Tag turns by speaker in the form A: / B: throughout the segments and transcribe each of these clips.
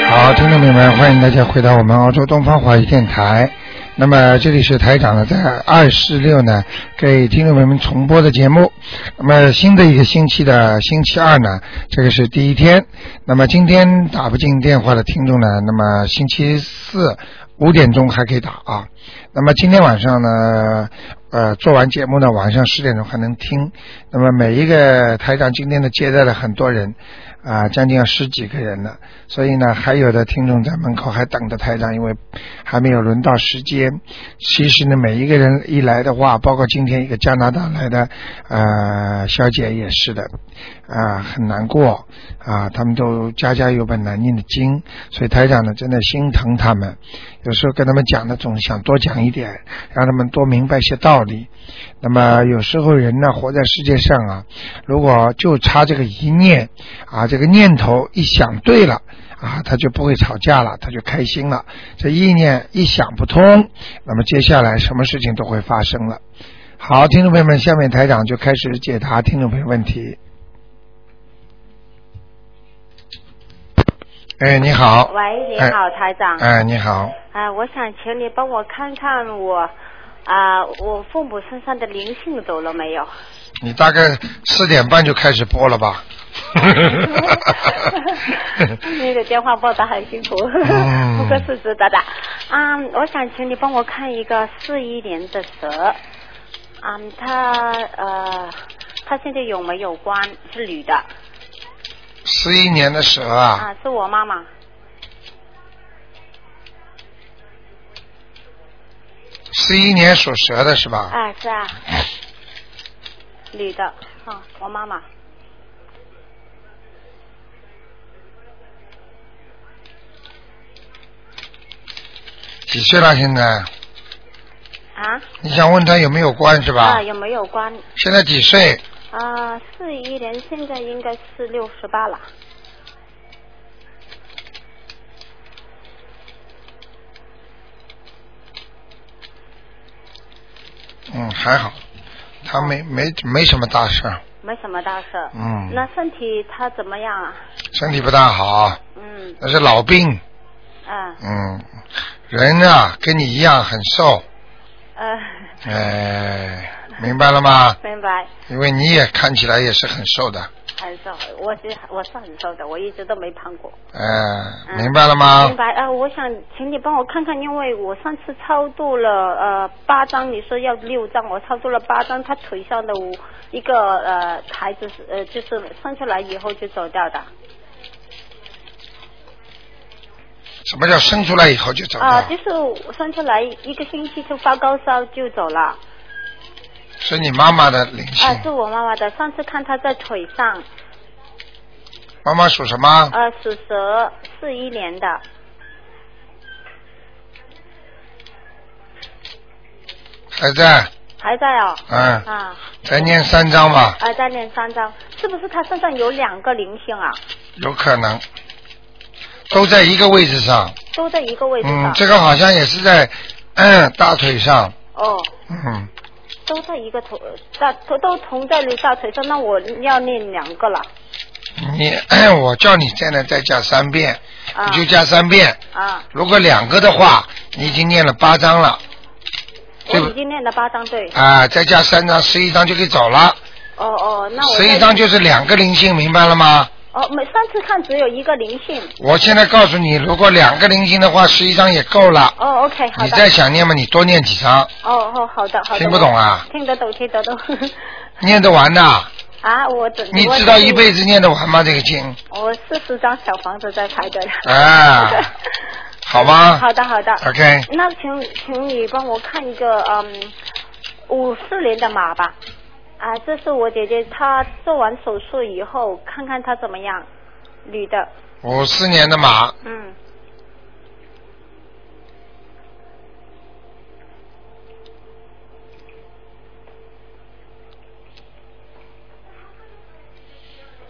A: 呃，欢迎大家回到我们澳洲东方华语电台。那么这里是台长呢，在二四六呢给听众朋友们重播的节目。那么新的一个星期的星期二呢，这个是第一天。那么今天打不进电话的听众呢，那么星期四五点钟还可以打啊。那么今天晚上呢，呃，做完节目呢，晚上十点钟还能听。那么每一个台长今天呢接待了很多人，啊、将近要十几个人了。所以呢，还有的听众在门口还等着台长，因为还没有轮到时间。其实呢，每一个人一来的话，包括今天一个加拿大来的呃小姐也是的，啊、很难过啊、他们都家家有本难念的经，所以台长呢真的心疼他们。有时候跟他们讲的总想多讲一点，让他们多明白一些道理。那么有时候人呢，活在世界上啊，如果就差这个一念啊，这个念头一想对了。啊，他就不会吵架了，他就开心了。这意念一想不通，那么接下来什么事情都会发生了。好，听众朋友们，下面台长就开始解答听众朋友问题。哎，你好，
B: 喂，你
A: 哎
B: 好，台长。
A: 哎，你好，
B: 哎、我想请你帮我看看我啊、我父母身上的灵性走了 没有？
A: 你大概四点半就开始播了吧？
B: 你的电话报的很辛苦，
A: 嗯
B: 不过是值得的。啊、我想请你帮我看一个四一年的蛇，啊、它呃，它现在有没有关？是女的
A: 啊十一年的蛇啊，
B: 啊，是我妈妈。
A: 十一年属蛇的是吧？
B: 哎，是啊，
A: 嗯
B: 女的啊，我妈妈。
A: 几岁了现在？
B: 啊
A: 你想问他有没有关是吧
B: 啊，？有没有关？
A: 现在几岁？
B: 啊，四一年现在应该是六十八了。
A: 嗯，还好，他没没没什么大事儿，
B: 没什么大事儿。
A: 嗯
B: 那身体他怎么样啊？
A: 身体不大好，
B: 嗯，
A: 那是老病，
B: 啊，
A: 嗯，人啊跟你一样很瘦，
B: 呃，
A: 哎，明白了吗？
B: 明白。
A: 因为你也看起来也是很瘦的，
B: 很瘦，我是我是很瘦的，我一直都没胖过。
A: 哎，
B: 嗯
A: 明白了吗
B: 明？白啊、呃我想请你帮我看看，因为我上次超度了呃八张，你说要六张，我超度了八张，他腿上的五一个呃孩子是呃就是生出来以后就走掉的
A: 什么叫生出来以后就走
B: 啊、
A: 掉？
B: 就是生出来一个星期就发高烧就走了。
A: 是你妈妈的灵
B: 啊，是
A: 性，
B: 我妈妈的。上次看她在腿上，
A: 啊妈妈属什么？
B: 呃，属蛇，四一年的。
A: 还在，
B: 还在哦。
A: 嗯，
B: 啊
A: 再念三章吧，
B: 啊！再念三张，是不是她身上有两个灵性啊？
A: 有可能，都在一个位置上，
B: 都在一个位置
A: 嗯
B: 上。，
A: 这个好像也是在，嗯，大腿上，
B: 哦，
A: 嗯。
B: 都在一个头大头都同在你大腿上，那我要念两个了。
A: 你嗯我叫你现在再加三遍，
B: 啊
A: 你就加三遍。
B: 啊！
A: 如果两个的话，你已经念了八章了
B: 我
A: 对
B: 已经念了八张，对。
A: 啊，再加三章，十一章就可以走了。
B: 哦哦，那我
A: 十
B: 再
A: 一章就是两个灵性，明白了吗？
B: 哦，每上次看只有一个灵性。
A: 我现在告诉你，如果两个灵性的话，十一章也够了。
B: 哦，OK，好
A: 你
B: 的。
A: 再想念嘛，你多念几章，
B: 哦哦，好的好的。
A: 听不懂啊？
B: 听得懂，听得懂。
A: 念得完的。
B: 啊，我只
A: 你
B: 我
A: 知道
B: 只
A: 一辈子念得完吗？这个经，
B: 我四十张小房子在排队。
A: 啊好吗
B: 好的，好的。
A: OK
B: 那请请你帮我看一个嗯，五四年的马吧。啊，这是我姐姐，她做完手术以后，看看她怎么样，女的，
A: 五四年的马，
B: 嗯，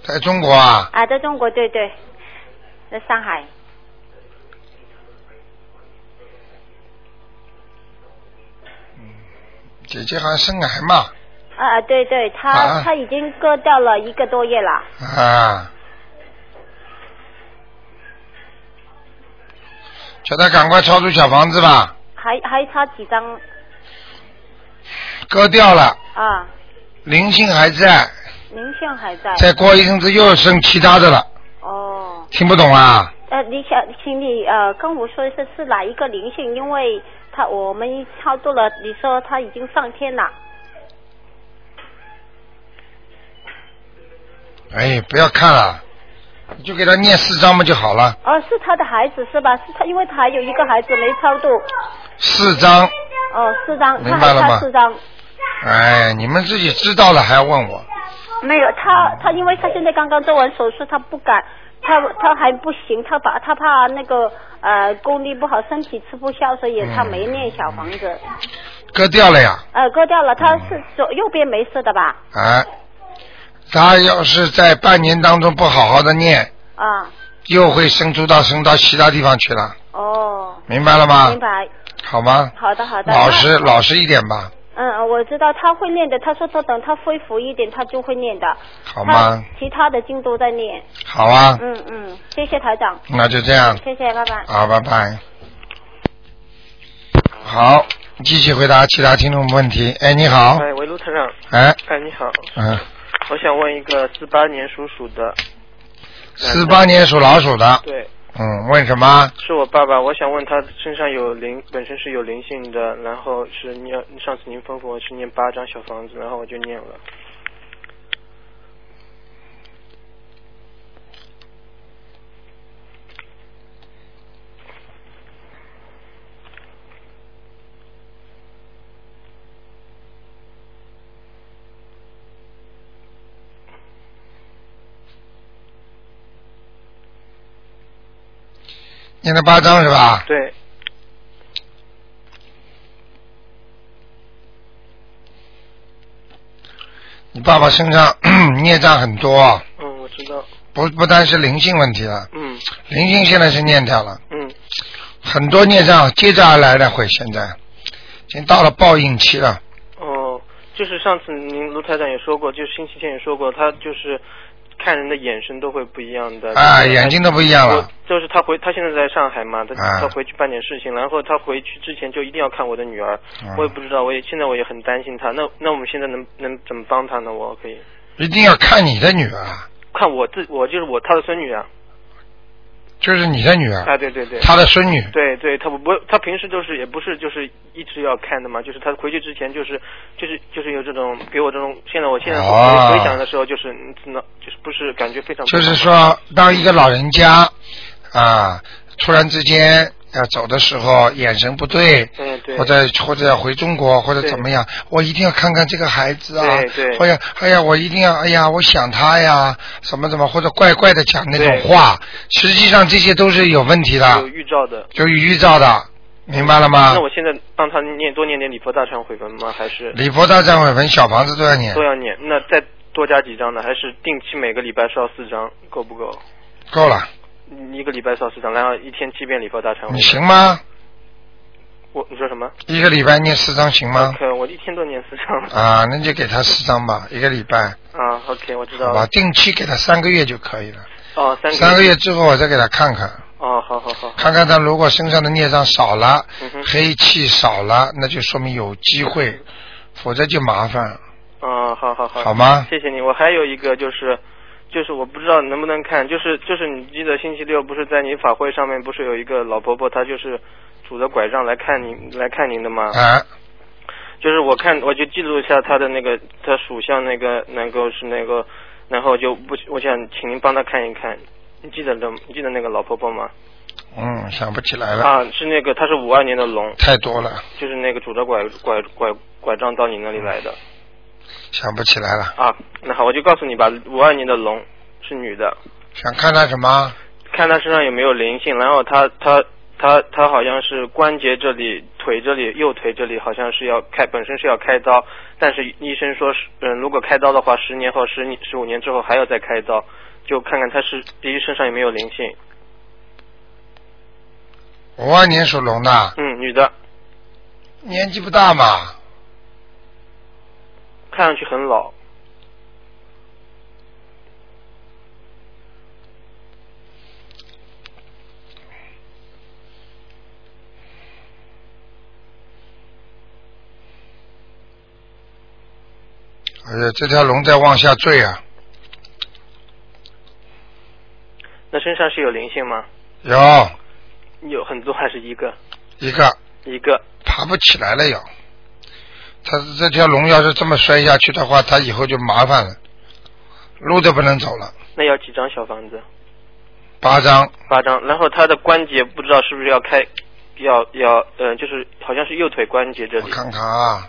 A: 在中国啊，
B: 啊，在中国，对对，在上海，
A: 姐姐好像生癌嘛，
B: 啊，啊对对，她、
A: 啊
B: 她已经割掉了一个多月了，
A: 啊，叫他赶快抄出小房子吧，
B: 还还差几张
A: 割掉了，
B: 啊？
A: 灵性还在，
B: 您现还在？
A: 再过一阵子又生其他的了，
B: 哦，
A: 听不懂啊？
B: 呃，你想，请你呃跟我说一下是哪一个灵性，因为他我们操作了，你说他已经上天了。
A: 哎，不要看了，你就给他念四章嘛就好了，
B: 哦，是他的孩子是吧？是他，因为他还有一个孩子没超度。
A: 四章。
B: 哦，四张，
A: 明
B: 他
A: 白
B: 还
A: 了吗
B: 差四张。
A: 哎，你们自己知道了还要问我？
B: 没有，他他因为他现在刚刚做完手术，他不敢，他他还不行，他把他怕那个呃功力不好，身体吃不消，所以他没
A: 嗯
B: 念小房子，
A: 割掉了呀，
B: 呃割掉了，他是左右边没事的吧？
A: 哎，他要是在半年当中不好好的念，
B: 啊，
A: 又会生出到生到其他地方去了，
B: 哦，
A: 明白了吗
B: 明？白，
A: 好吗？
B: 好的好的。
A: 啊老实老实一点吧，
B: 那。嗯，我知道他会念的，他说他等他恢复一点，他就会念的。
A: 好吗？
B: 他其他的经都在念。
A: 好啊，
B: 嗯嗯，谢谢台长，
A: 那就这样，
B: 谢谢，拜拜。
A: 好，拜拜。好，继续回答其他听众问题。哎，你好，
C: 哎，喂，卢台长，
A: 哎，
C: 哎，你好，
A: 嗯，
C: 我想问一个四八年属鼠的，
A: 四八年属老鼠的，
C: 对，
A: 嗯，问什么？
C: 是我爸爸，我想问他身上有灵，本身是有灵性的，然后是念，上次您吩咐我去念八张小房子，然后我就念了，
A: 念了八章是吧？
C: 对，
A: 你爸爸身上 孽障很多，
C: 嗯，我知道，
A: 不不单是灵性问题了，
C: 嗯
A: 灵性现在是念掉了，
C: 嗯，
A: 很多孽障接着而来的会现在已经到了报应期了。
C: 哦，就是上次您卢台长也说过，就是星期天也说过，他就是看人的眼神都会不一样的，
A: 啊，
C: 就是他
A: 眼睛都不一样
C: 我
A: 了。
C: 就是他回，他现在在上海嘛，他、
A: 啊
C: 他回去办点事情，然后他回去之前就一定要看我的女儿，
A: 嗯
C: 我也不知道，我也现在我也很担心他。那那我们现在能能怎么帮他呢？我可以
A: 一定要看你的女儿，
C: 看我自我就是我他的孙女啊，
A: 就是你的女儿，
C: 啊对对对，
A: 她的孙女。
C: 对对，他不不他平时就是也不是就是一直要看的嘛，就是他回去之前就是就是就是有这种给我这种，现在我现在回、
A: 哦
C: 回想的时候就是嗯那就是不是感觉非常不
A: 就是
C: 好嘛
A: 说，当一个老人家啊，突然之间要走的时候，眼神不对，
C: 嗯对
A: 或者或者要回中国或者
C: 对
A: 怎么样，我一定要看看这个孩子啊
C: 对，对
A: 或者哎呀，我一定要哎呀，我想他呀，什么什么，或者怪怪的讲那种
C: 对
A: 话，实际上这些都是有问题
C: 有
A: 的，
C: 预兆的。
A: 有预兆的，明白了吗
C: 那？我现在帮他念多念点礼佛大忏悔文吗？还是
A: 礼佛大忏悔文小房子都要念
C: 都，要念，那再多加几张呢？还是定期每个礼拜烧四张，够不够？
A: 够了，
C: 嗯一个礼拜烧四张，然后一天七遍礼佛大忏悔。
A: 你行？吗？
C: 我你说什么？啊
A: 一个礼拜念四张行吗？
C: 可我一天都念四张
A: 啊，那就给他四张吧，一个礼拜，
C: 啊。OK，我知道
A: 好吧，
C: 了。
A: 定期给他三个月就可以了。
C: 哦，三个
A: 三个月之后我再给他看看，
C: 哦，好好好。
A: 看看他如果身上的孽障少了，
C: 嗯哼。
A: 黑气少了，那就说明有机会，否则就麻烦，
C: 哦，好好好。
A: 好吗？
C: 谢谢你。我还有一个就是，就是我不知道能不能看，就是就是你记得星期六不是在你法会上面不是有一个老婆婆，她就是拄着拐杖来看您来看您的吗？
A: 啊，
C: 就是我看我就记录一下他的那个他属相那个能够是那个，然后就不我想请您帮他看一看，你记得的你记得那个老婆婆吗？
A: 嗯，想不起来了，
C: 啊，是那个她是五二年的龙，
A: 太多了，
C: 就是那个拄着拐拐拐拐杖到你那里来的
A: 想不起来了，
C: 啊。那好，我就告诉你吧，五二年的龙是女的，
A: 想看他什么？
C: 看她身上有没有灵性，然后她她。她她好像是关节这里、腿这里、右腿这里好像是要开，本身是要开刀，但是医生说是，嗯，如果开刀的话，十年后、十十五年之后还要再开刀，就看看她是第一身上有没有灵性。
A: 五二年属龙的，
C: 嗯，女的，
A: 年纪不大嘛，
C: 看上去很老。
A: 哎呀，这条龙在往下坠啊，
C: 那身上是有灵性吗？
A: 有
C: 有很多还是一个？
A: 一个
C: 一个。
A: 爬不起来了有。他这条龙要是这么摔下去的话，他以后就麻烦了，路都不能走了。
C: 那要几张小房子？
A: 八张，
C: 八张。然后他的关节不知道是不是要开，要要，呃，就是好像是右腿关节这
A: 我
C: 里。
A: 看看啊。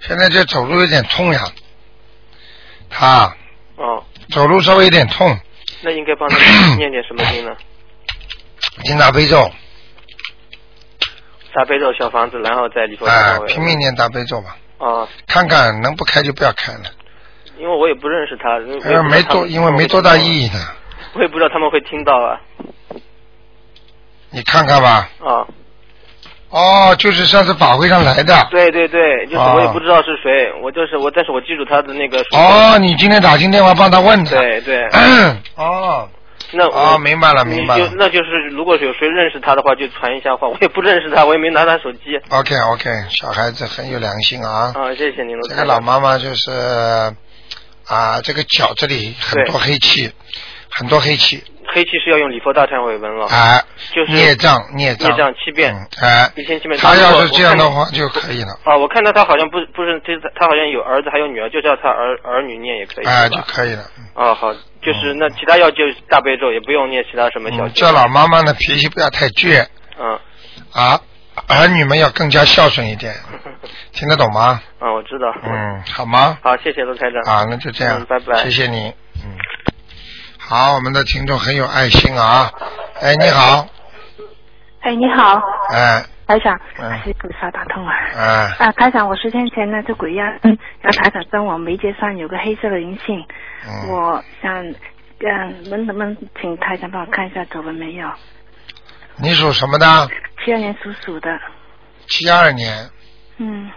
A: 现在这走路有点痛呀，他
C: 哦，
A: 走路稍微有点痛，
C: 那应该帮他 念点什么经呢？
A: 经大悲咒，
C: 大悲咒、小房子，然后再礼佛
A: 哎、
C: 忏悔。
A: 拼命念大悲咒吧，
C: 啊，
A: 看看能不开就不要开了，
C: 因为我也不认识他，因为我也
A: 因
C: 不知道
A: 为
C: 他们
A: 没多，因为没多大意义的，
C: 啊我也不知道他们会听到啊。
A: 你看看吧。
C: 啊，
A: 哦，就是上次法会上来的。
C: 对对对，就是
A: 啊
C: 我也不知道是谁，我就是我，但是我记住他的那个。
A: 哦，，你今天打进电话帮他问的。
C: 对对，
A: 哦，
C: 那
A: 哦，
C: 我
A: 明白了，明白
C: 你
A: 了
C: 就。那就是，如果有谁认识他的话，就传一下话。我 也不认识他，我也没拿他手机。
A: OK OK，小孩子很有良心啊。
C: 啊，谢谢您，罗
A: 这
C: 台
A: 个
C: 长
A: 老妈妈就是啊，这个脚这里很多黑气，很多黑气，
C: 黑气是要用礼佛大忏悔文了，
A: 啊，
C: 哦就是
A: 孽障孽障
C: 孽障七遍
A: 嗯哎，
C: 一千七百。
A: 他要是这样的
C: 我
A: 话就可以了，
C: 看。啊，我看到他好像不不是，他他好像有儿子还有女儿，就叫他儿儿女念也可以。
A: 哎，
C: 是
A: 就
C: 吧
A: 可以了。嗯
C: 啊，好，就是那其他要就是大悲咒，也不用念其他什么小
A: 嗯
C: 经。
A: 叫老妈妈呢脾气不要太倔
C: 嗯，
A: 啊，儿女们要更加孝顺一点，听得懂吗？
C: 啊，我知道。。
A: 嗯，好吗？
C: 好，谢谢罗台长。
A: 啊，那就这样，
C: 嗯拜拜
A: 谢谢你，嗯，好，我们的听众很有爱心啊，哎，你好，
D: 哎，你好，
A: 哎，
D: 台长，
A: 嗯
D: 哎，给啥打通了？
A: 哎，
D: 啊，台长，我十天前呢就鬼压，嗯，然后台长跟我眉睫上有个黑色的灵性，
A: 嗯，
D: 我想，嗯，能不能请台长帮我看一下走了没有？
A: 你属什么的？
D: 七二年属鼠的，
A: 七二年，
D: 嗯，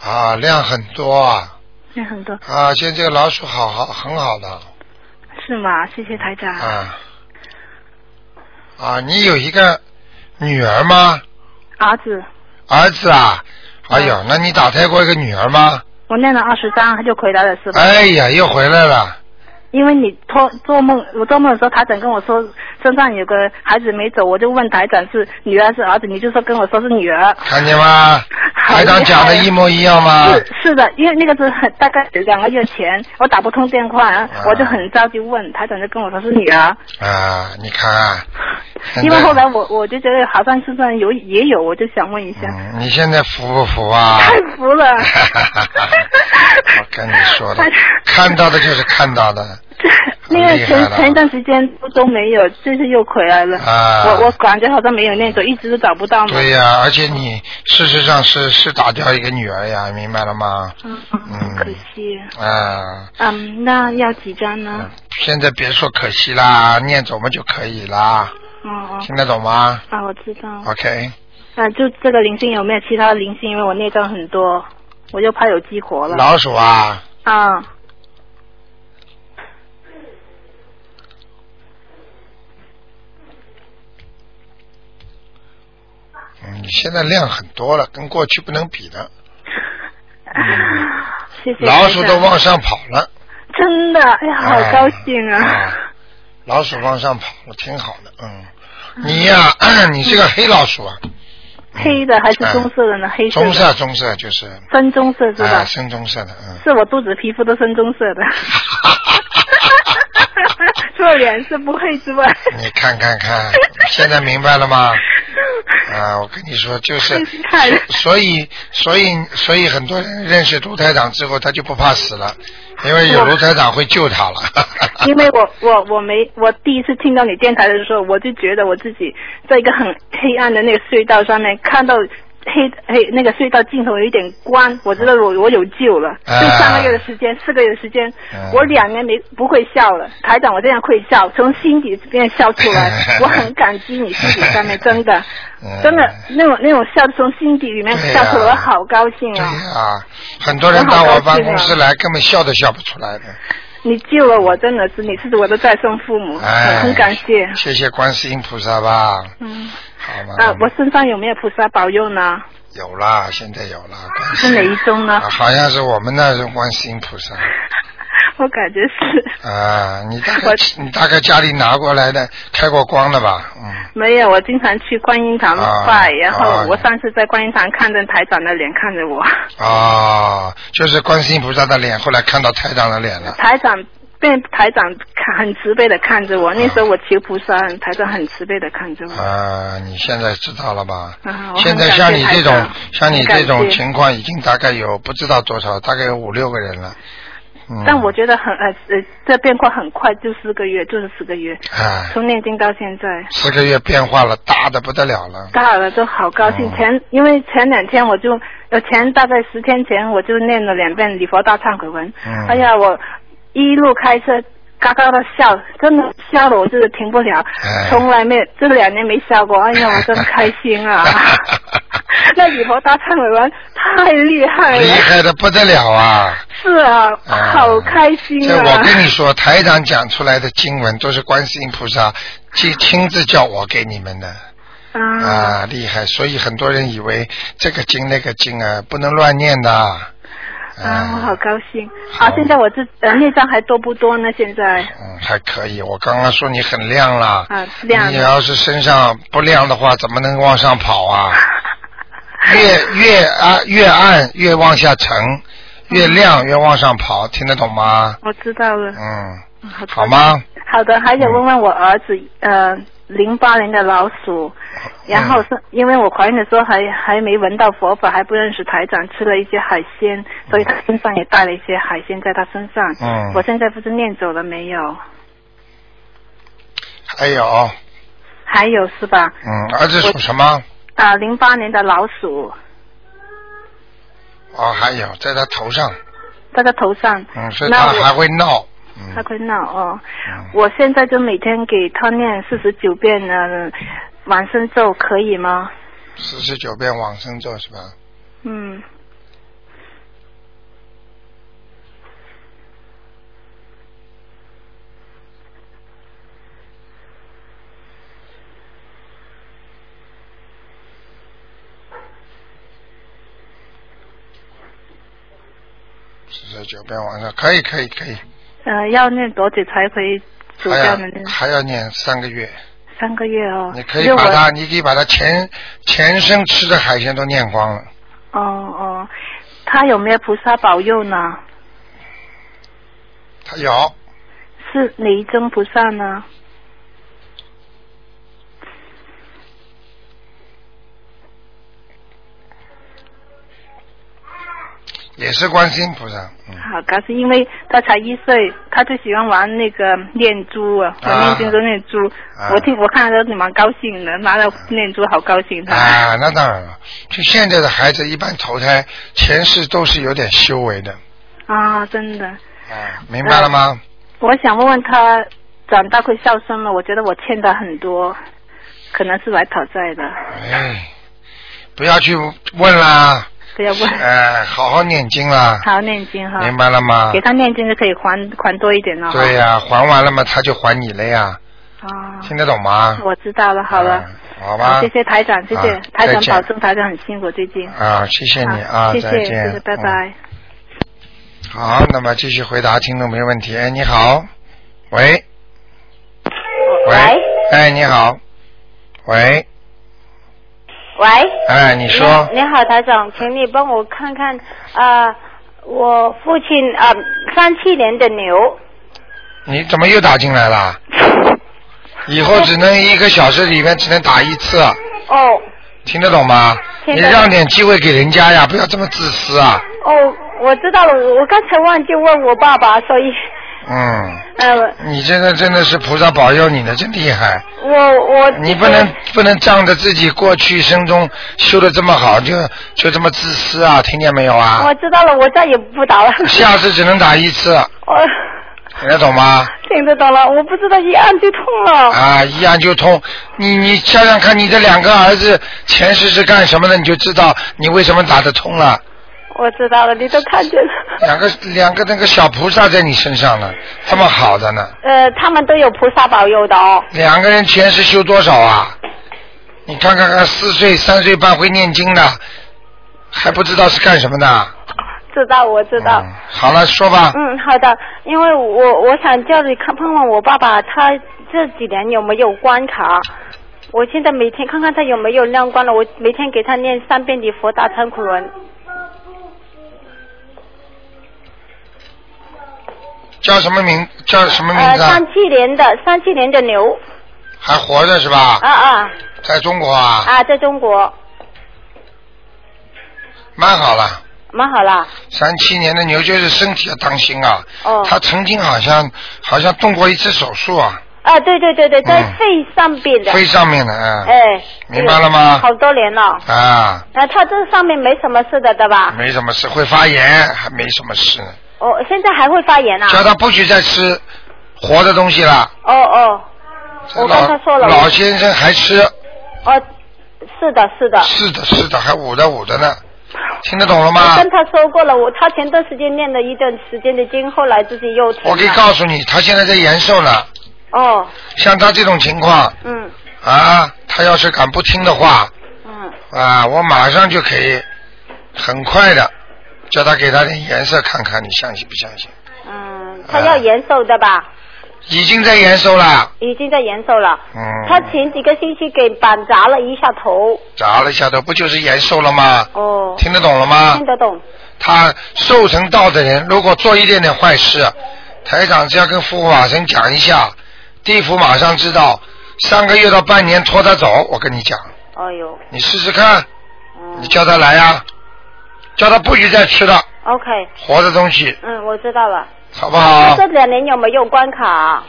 A: 啊，量很多啊，
D: 那很多
A: 啊，现在这个老鼠好好很好的，
D: 是吗？谢谢台长。
A: 啊，啊，你有一个女儿吗？
D: 儿子，
A: 儿子啊？哎呦，那你打胎过一个女儿吗？
D: 我念了二十章，他就回来了，是吧？
A: 哎呀，又回来了，
D: 因为你托做梦，我做梦的时候，台长跟我说身上有个孩子没走，我就问台长是女儿还是儿子，你就说跟我说是女儿。
A: 看见吗？
D: 好
A: 台长讲的一模一样吗？
D: 是是的，因为那个是很大概两个月前，我打不通电话，我就很着急问，台长就跟我说是女儿，
A: 啊，你看啊，现在
D: 因为后来我我就觉得好像身上有也有，我就想问一下，
A: 嗯，你现在服不服啊？
D: 太服了。
A: 我跟你说的
D: 台长，
A: 看到的就是看到的，
D: 那个
A: 厉害
D: 前
A: 了
D: 前一段时间都没有，这次又回来了。
A: 啊
D: 我我感觉好像没有那种，一直都找不到嘛。
A: 对呀、而且你事实上是是打掉一个女儿呀，明白了吗？
D: 嗯，
A: 嗯
D: 可惜。
A: 啊，
D: 嗯，那要几张呢？
A: 现在别说可惜啦，念走嘛就可以啦，
D: 哦哦，
A: 听得懂吗
D: 啊，我知道。
A: ？OK，
D: 啊，就这个灵性有没有其他的灵性？因为我内脏很多，我就怕有激活了。
A: 老鼠啊，
D: 啊，
A: 嗯，你现在量很多了，跟过去不能比的，
D: 谢谢。
A: 嗯老鼠都。往上跑了，
D: 真的，哎呀，好
A: 哎
D: 高兴
A: 哎
D: 啊！
A: 老鼠往上跑了，挺好的，嗯。你呀、 你是个黑老鼠啊，
D: 黑的还是棕色的呢？黑色
A: 哎
D: 的。
A: 棕色棕色就是，
D: 深棕色是吧？
A: 啊，深棕色的， 嗯。
D: 是我肚子皮肤都深棕 色的。 除了脸是不会之外，
A: 你看看看，现在明白了吗？啊，我跟你说，就是
D: 真是太
A: 所以，所以，所以很多人认识卢台长之后，他就不怕死了，因为有卢台长会救 他了。
D: 因为我我我没我第一次听到你电台的时候，我就觉得我自己在一个很黑暗的那个隧道上面看到黑黑那个隧道尽头有一点光，我知道我我有救了。
A: 啊
D: 就三个月的时间，四个月的时间，
A: 啊，
D: 我两年没不会笑了。台长，我这样会笑，从心底这边笑出来 我很感激你心底上面真的
A: 嗯，
D: 真的那种那种笑从心底里面笑出来，
A: 对呀
D: 我好高兴
A: 对
D: 啊！
A: 啊，很多人到我办公室来，根本笑都笑不出来的。
D: 你救了我，真的是你是我的再生父母，
A: 哎，
D: 很感谢。
A: 谢谢观世音菩萨吧，
D: 嗯，
A: 好吗？
D: 啊，我身上有没有菩萨保佑呢？
A: 有啦，现在有 啦。观世
D: 是哪一宗呢？
A: 啊好像是我们那是观世音菩萨
D: 我感觉是
A: 啊，你大概
D: 我
A: 你大概家里拿过来的开过光了吧？嗯，
D: 没有，我经常去观音堂
A: 啊
D: 拜，然
A: 啊
D: 后我上次在观音堂看着台长的脸看着我，
A: 哦，就是观世音菩萨的脸，后来看到台长的脸了。
D: 台长被台长看很慈悲的看着我，那时候我求菩萨，台长很慈悲的看着我。
A: 啊，你现在知道了吧？
D: 啊，我很
A: 现在
D: 感
A: 像
D: 谢
A: 你
D: 台
A: 这种
D: 长
A: 像你
D: 很感
A: 这种
D: 谢
A: 情况，已经大概有不知道多少，大概有五六个人了。嗯、
D: 但我觉得很呃呃，这变化很快，就四个月，就是四个月，
A: 哎，
D: 从念经到现在。
A: 四个月变化了，大的不得了了。
D: 大了都好高兴
A: 嗯。
D: 前因为前两天我就，呃，前大概十天前我就念了两遍礼佛大忏悔文。
A: 嗯
D: 哎呀，我一路开车。嘎嘎的笑，真的笑的我真的停不了，
A: 哎！
D: 从来没有这两年没笑过，哎呀，我真开心啊那礼佛大忏悔文太厉害了
A: 厉，害的不得了啊！
D: 是啊，
A: 啊
D: 好开心
A: 这
D: 啊！
A: 我跟你说，台长讲出来的经文都是观世音菩 萨亲亲自叫我给你们的
D: 啊，
A: 啊，厉害！所以很多人以为这个经那个经啊，不能乱念的。
D: 啊，我好高兴
A: 好
D: 啊！现在我这呃孽障还多不多呢？现在
A: 嗯，还可以。我刚刚说你很亮啦，
D: 啊亮了
A: 你要是身上不亮的话，怎么能往上跑 啊？越越啊越暗越往下
D: 嗯
A: 沉，越亮越往上跑，听得懂吗？
D: 我知道了。
A: 嗯，
D: 好的
A: 好？吗？嗯
D: 好的，还想问问我儿子，呃，零八年的老鼠，然
A: 嗯
D: 后是因为我怀孕的时候还还没闻到佛法，还不认识台长，吃了一些海鲜，所以他身上也带了一些海鲜在他身上。
A: 嗯
D: 我现在不知念走了没有？
A: 还有，
D: 还有是吧？
A: 嗯，儿子属什么？
D: 啊、零八年的老鼠
A: 哦，还有在他头上，
D: 在他头上，
A: 嗯，所以
D: 那
A: 他
D: 我
A: 还会闹，嗯
D: 他会闹哦。
A: 嗯
D: 我现在就每天给他念四十九遍呢，往生咒可以吗？
A: 四十九遍往生咒是吧？
D: 嗯。
A: 四十九遍往生，可以可以可以，
D: 呃，要念多久才可以主
A: 还
D: 教
A: 要
D: 的呢？
A: 还要念三个月。
D: 三个月哦。
A: 你可以
D: 六
A: 把
D: 个
A: 它，你可以把它前前生吃的海鲜都念光了。
D: 哦哦，他有没有菩萨保佑呢？
A: 他有，
D: 是哪一尊菩萨呢？
A: 也是观世音菩萨。嗯，
D: 好，可是因为他才一岁，他最喜欢玩那个念珠啊，我
A: 啊
D: 念经都念珠。
A: 啊
D: 我听我看他都蛮高兴的，拿了念珠好高兴他。
A: 啊，那当然了。就现在的孩子，一般投胎前世都是有点修为的。
D: 啊，真的，
A: 啊，明白了吗？
D: 我想问问他长大会孝顺吗？我觉得我欠他很多，可能是来讨债的，
A: 哎，不要去问啦，
D: 不要问。
A: 哎，好好念经啦，
D: 好念经哈。
A: 明白了吗
D: 给？他念经就可以还还多一点了。
A: 对、呀、还完了嘛，他就还你了呀，
D: 啊。
A: 听得懂吗？
D: 我知道了，好了。
A: 啊好吧
D: 谢谢台长，谢谢、
A: 啊
D: 台
A: 再
D: 长
A: 见
D: 保重，台长很辛苦最近。
A: 啊，谢谢你
D: 好
A: 啊，
D: 谢谢，
A: 再
D: 谢
A: 见，
D: 谢，拜
A: 嗯
D: 拜。
A: 好，那么继续回答听众朋友问题。哎，你好，喂，喂，哎，你好，喂，
B: 喂，
A: 哎，你说，
B: 你好，台长，请你帮我看看啊、我父亲啊，三、七年的牛，
A: 你怎么又打进来 了？以后只能一个小时里面只能打一次，
B: 哦
A: 听得懂吗？
B: 听
A: 你
B: 得懂
A: 让点机会给人家呀，不要这么自私啊！
B: 哦，我知道了，我我刚才忘记问我爸爸，所以
A: 嗯，
E: 呃，
A: 你这个真的是菩萨保佑你呢，真厉害。
E: 我我
A: 你不能不能仗着自己过去生中修的这么好，就就这么自私啊！听见没有啊
E: 呃
B: 哦
E: 我？知道了，我再也不打了。
A: 下次只能打一次，
E: 我
A: 听得懂吗？
E: 听得懂了，我不知道一按就痛了。
A: 啊，一按就通。你你想想看，你这两个儿子前世是干什么的，你就知道你为什么打得通了。
E: 我知道了，你都看见了。
A: 两个两个那个小菩萨在你身上呢，这么好的呢。
E: 呃，他们都有菩萨保佑的哦。
A: 两个人前世修多少啊？你看看看，四岁、三岁半会念经的，还不知道是干什么的。
E: 知道，我知道。
A: 嗯。好了，说吧。
E: 嗯，好的，因为我我想叫你看看看我爸爸他这几年有没有关卡，我现在每天看看他有没有亮光了，我每天给他念三遍的佛大忏悔文。
A: 叫什么名？叫什么名
E: 呃，
A: 字啊？
E: 三七年的三七年的牛，
A: 还活着是吧？
E: 啊啊
A: 在中国啊，
E: 啊，在中国
A: 蛮好了。
E: 蛮好啦，
A: 三七年的牛就是身体要当心啊。
E: 哦，
A: 他曾经好像好像动过一次手术啊，
E: 啊，对对对对，在
A: 嗯
E: 肺上边的，
A: 肺上面的啊。
E: 哎，
A: 明白了吗
E: 好多年了，
A: 啊，
E: 啊，他这上面没什么事的，对吧？
A: 没什么事，会发炎，还没什么事呢。
E: 哦，现在还会发炎啊？
A: 叫他不许再吃活的东西了。
E: 哦哦
A: 这
E: 我
A: 老
E: 刚才说了我
A: 老先生还吃，
E: 哦，是的，是的。
A: 是的，是的，还捂着捂着呢，听得懂了吗
E: 我？跟他说过了，我他前段时间念了一段时间的经，后来自己又停了。
A: 我可以告诉你，他现在在延寿呢。
E: 哦，
A: 像他这种情况
E: 嗯
A: 啊，他要是敢不听的话
E: 嗯，
A: 啊，我马上就可以很快的叫他给他点颜色看看，你相信不相信？
E: 嗯，
A: 哎
E: 他要延寿的吧？
A: 已经在延寿了，
E: 已经在延寿了。
A: 嗯，
E: 他前几个星期给板砸了一下头。
A: 砸了一下头，不就是延寿了吗？
E: 哦，
A: 听得懂了吗？
E: 听得懂。
A: 他受成道的人，如果做一点点坏事，台长只要跟护法神讲一下，地府马上知道，三个月到半年拖他走。我跟你讲，
E: 哎呦，
A: 你试试看，
E: 嗯
A: 你叫他来啊，叫他不许再吃了
E: ，OK，
A: 活的东西，
E: 嗯，我知道了。
A: 好不
E: 他
A: 好
E: 这？两年有没有关卡啊？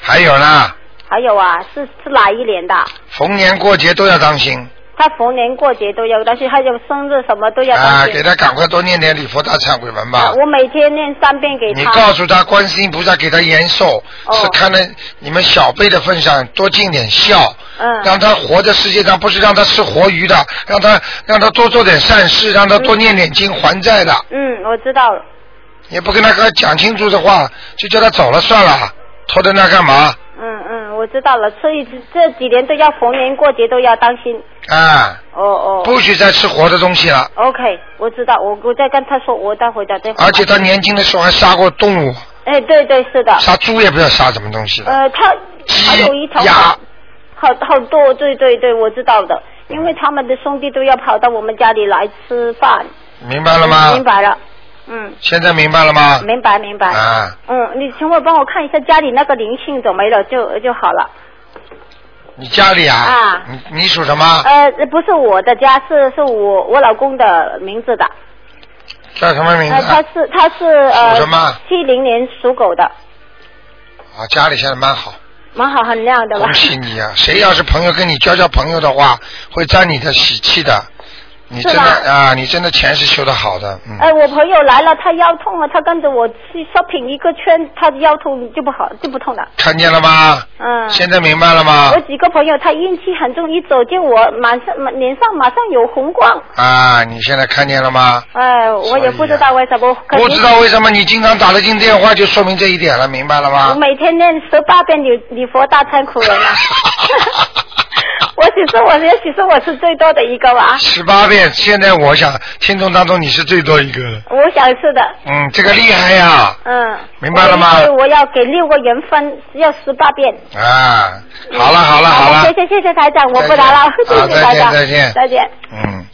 A: 还有呢，
E: 还有啊，是是哪一年的？
A: 逢年过节都要当心
E: 他逢年过节都要，但是还有生日什么都要
A: 啊、
E: 当心
A: 给他赶快多念点礼佛大忏悔文吧
E: 啊。我每天念三遍给他。
A: 你告诉他，观世音菩萨给他延寿，
E: 哦
A: 是看在你们小辈的份上多尽点孝，
E: 嗯
A: 让他活在世界上，不是让他吃活鱼的，让他让他多做点善事，让他多念点经还债的。
E: 嗯，我知道了。
A: 也不跟他跟他讲清楚的话，就叫他走了算了，拖在那干嘛？
E: 嗯嗯，我知道了。所以这这几年都要逢年过节都要当心。
A: 啊，
E: 哦哦。
A: 不许再吃活的东西了。
E: OK，我知道，我我再跟他说，我待会再再。
A: 而且他年轻的时候还杀过动物，
E: 哎，对对，是的。
A: 杀猪也不知道杀什么东西了，
E: 呃，他
A: 鸡
E: 还有一条
A: 鸭
E: 好好好多，对对对，我知道的。因为他们的兄弟都要跑到我们家里来吃饭。
A: 明白了吗？
E: 明白了。嗯，
A: 现在明白了吗？
E: 明白明白。
A: 啊，
E: 嗯，你请我帮我看一下家里那个灵性走没了就就好了。
A: 你家里啊？
E: 啊
A: 你你属什么？
E: 呃，不是我的家，是是我我老公的名字的。
A: 叫什么名字
E: 呃，
A: 啊？
E: 他是他是呃
A: 属什么
E: 七零年属狗的，
A: 啊，家里现在蛮好，
E: 蛮好，很亮的吧
A: 恭？喜你啊！谁要是朋友跟你交交朋友的话，会沾你的喜气的。你真的
E: 是吧
A: 啊，你真的钱是修的好的，嗯。
E: 哎，我朋友来了，他腰痛
B: 啊
E: 了，他跟着我去 shopping 一个圈，他腰痛就不好就不痛了。
A: 看见了吗？
E: 嗯，
A: 现在明白了吗
E: 我？几个朋友他运气很重，一走进我马上马脸上马上有红光。
A: 啊，你现在看见了吗？
E: 哎，我也不知道为什么，可
A: 不
E: 能
A: 知道为什么你经常打得进电话，就说明这一点了，明白了
E: 我
A: 吗？
E: 每天念十八遍礼礼佛大忏悔文啊。 我许是我，也许是我是最多的一个吧，
A: 十八遍，现在我想听众当中你是最多一个的，
E: 我想是的。
A: 嗯，这个厉害呀，
E: 嗯，
A: 明白了吗
E: 所以我要给六个人分，要十八遍。
A: 啊，好了好了好了，
E: 谢谢谢谢台长，我
A: 再
E: 不
A: 见
E: 打了， 谢
A: 好
E: 谢台长，
A: 再见
E: 再见。
A: 嗯，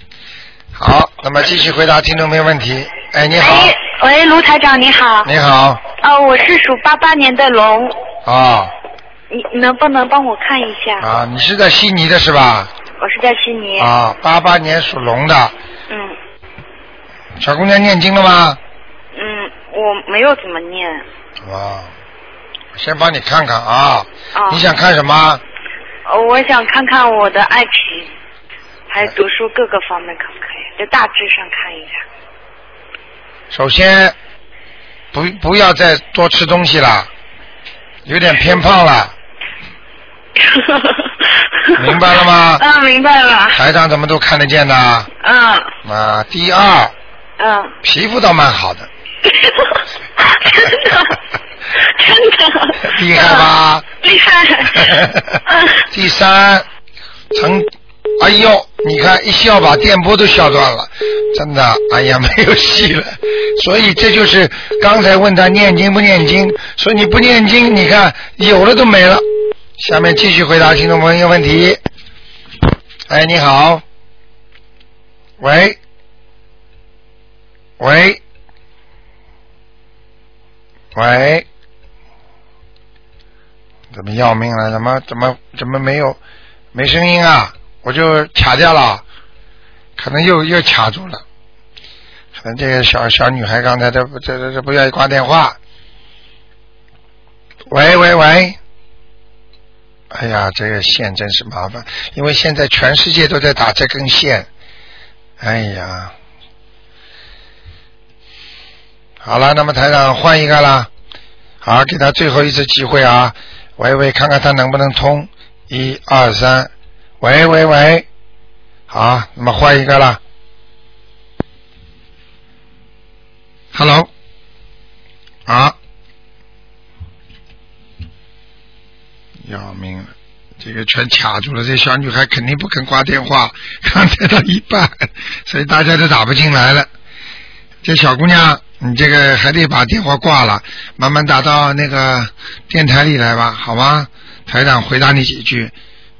A: 好，那么继续回答听众朋友问题。哎，你好，
D: 喂喂，卢台长你好，
A: 你好，
F: 哦
D: 呃，我是属八八年的龙，
A: 啊
D: 你能不能帮我看一下？
A: 啊，你是在悉尼的是吧？
D: 我是在悉尼，
A: 啊，八八年属龙的
D: 嗯
A: 小姑娘念经了吗？
D: 嗯，我没有怎么念，
A: 啊，先帮你看看啊。
F: 哦
A: 你想看什么？
F: 呃我想看看我的爱情，还有读书各个方面可不可以？就大致上看一 下。
A: 首先，不不要再多吃东西了，有点偏胖了，明白了吗
F: 嗯，明白了。
A: 台上怎么都看得见的啊。
F: 嗯
A: 第二，
F: 嗯。
A: 皮肤倒蛮好的，
F: 真的，真的。
A: 厉害吧？
F: 厉
A: 嗯
F: 害。
A: 第三，曾，哎呦，你看一笑把电波都笑断了，真的，哎呀， 没有戏了。所以这就是刚才问他念经不念经，所以你不念经，你看有了都没了。下面继续回答听众朋友问题。哎，你好，喂，喂，喂。怎么要命了？怎么怎么怎么没有没声音啊？我就卡掉了，可能又又卡住了。可能这个小小女孩刚才她不这这这不愿意挂电话。喂喂喂！哎呀，这个线真是麻烦，因为现在全世界都在打这根线。哎呀，好了，那么台长换一个啦，好，给他最后一次机会啊。喂喂，看看他能不能通。一二三，喂喂喂，好，那么换一个了。Hello，啊，要命了，这个全卡住了。这小女孩肯定不肯挂电话， 刚才到一半，所以大家都打不进来了。这小姑娘，你这个还得把电话挂了，慢慢打到那个电台里来吧，好吗？台长回答你几句，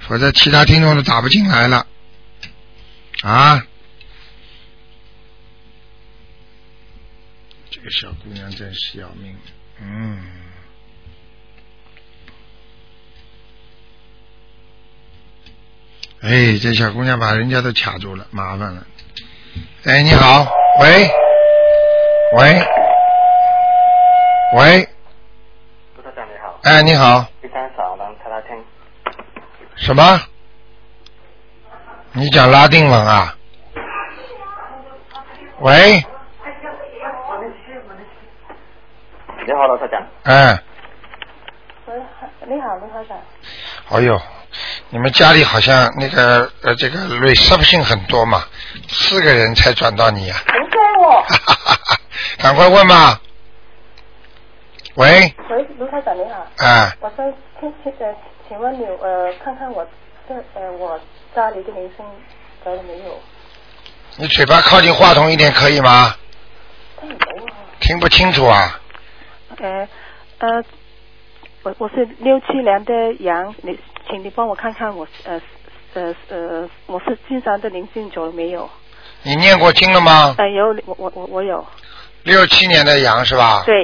A: 否则其他听众都打不进来了。啊，这个小姑娘真是要命，嗯。哎，这小姑娘把人家都卡住了，麻烦了。哎，你好，喂，喂，喂，
G: 卢台长你好，
A: 哎，你好，
G: 非常少能谈到听，
A: 什么？你讲拉丁文啊？喂，
G: 你好，卢台长，
A: 哎，
H: 你好，卢台长。
A: 哎呦，你们家里好像那个呃，这个 reception 很多嘛，四个人才转到你呀、啊
H: 谁在我？
A: 赶快问吧。喂，
H: 喂，卢台长你好，
A: 哎，
H: 我想请请呃，请问你呃，看看我这呃我家里的铃声走了没有？
A: 你嘴巴靠近话筒一点可以吗？
H: 看没有啊？
A: 听不清楚啊，
H: 呃呃，我我是六七年的羊，你请你帮我看看我呃呃呃我是经常的灵性走了没有？
A: 你念过经了吗？
H: 呃有我我我我有，
A: 六七年的羊是吧？
H: 对，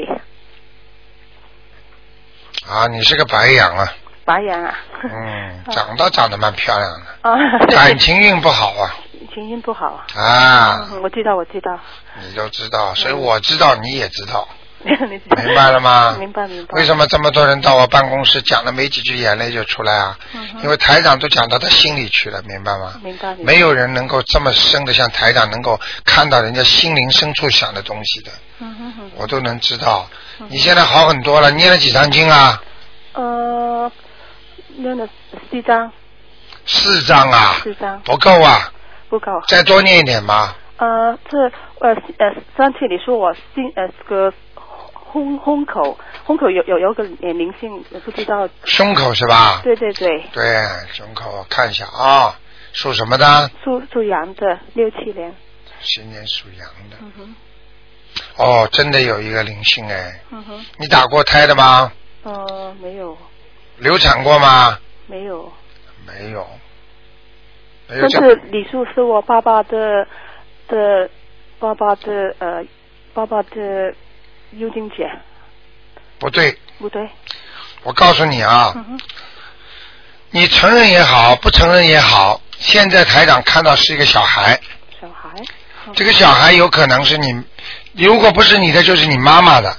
A: 啊，你是个白羊啊，
H: 白羊啊。
A: 嗯，长倒长得蛮漂亮的，
H: 啊，
A: 感情运不好啊
H: 情形不好啊。
A: 啊，
H: 嗯我嗯知道，我知道，
A: 你都知道，所以我知道，你也知道，
H: 你知道
A: 明白了吗？
H: 嗯
A: 啊
H: 明白明白。
A: 为什么这么多人到我办公室讲了没几句，眼泪就出来啊？
H: 嗯
A: 因为台长都讲到他心里去了，明白吗？
H: 明白明白。
A: 没有人能够这么深的像台长能够看到人家心灵深处想的东西的，
H: 嗯哼嗯哼。
A: 我都能知道。你现在好很多了，念了几张经啊？
H: 呃，念了四张，
A: 四张啊，
H: 四张
A: 不够啊，
H: 不够。
A: 再多念一点吧。
H: 呃，这呃呃，上次你说我心呃这个胸胸口胸口有有有个呃灵性，呃不知道。
A: 胸口是吧？
H: 对对对，
A: 对，胸口我看一下啊，属什么的？
H: 属属羊的，六七年。
A: 今年属羊的。
H: 嗯哼，
A: 哦，真的有一个灵性哎。
H: 嗯哼，
A: 你打过胎的吗？
H: 呃，没有
A: 流产过吗？
H: 没有。
A: 没有。没有
H: 但
A: 这
H: 是李叔是我爸爸的的爸爸的呃爸爸的右亲姐，
A: 不对，
H: 不对。
A: 我告诉你啊，
H: 嗯哼，
A: 你承认也好，不承认也好，现在台长看到是一个小孩，
H: 小孩。
A: 这个小孩有可能是你如果不是你的，就是你妈妈的，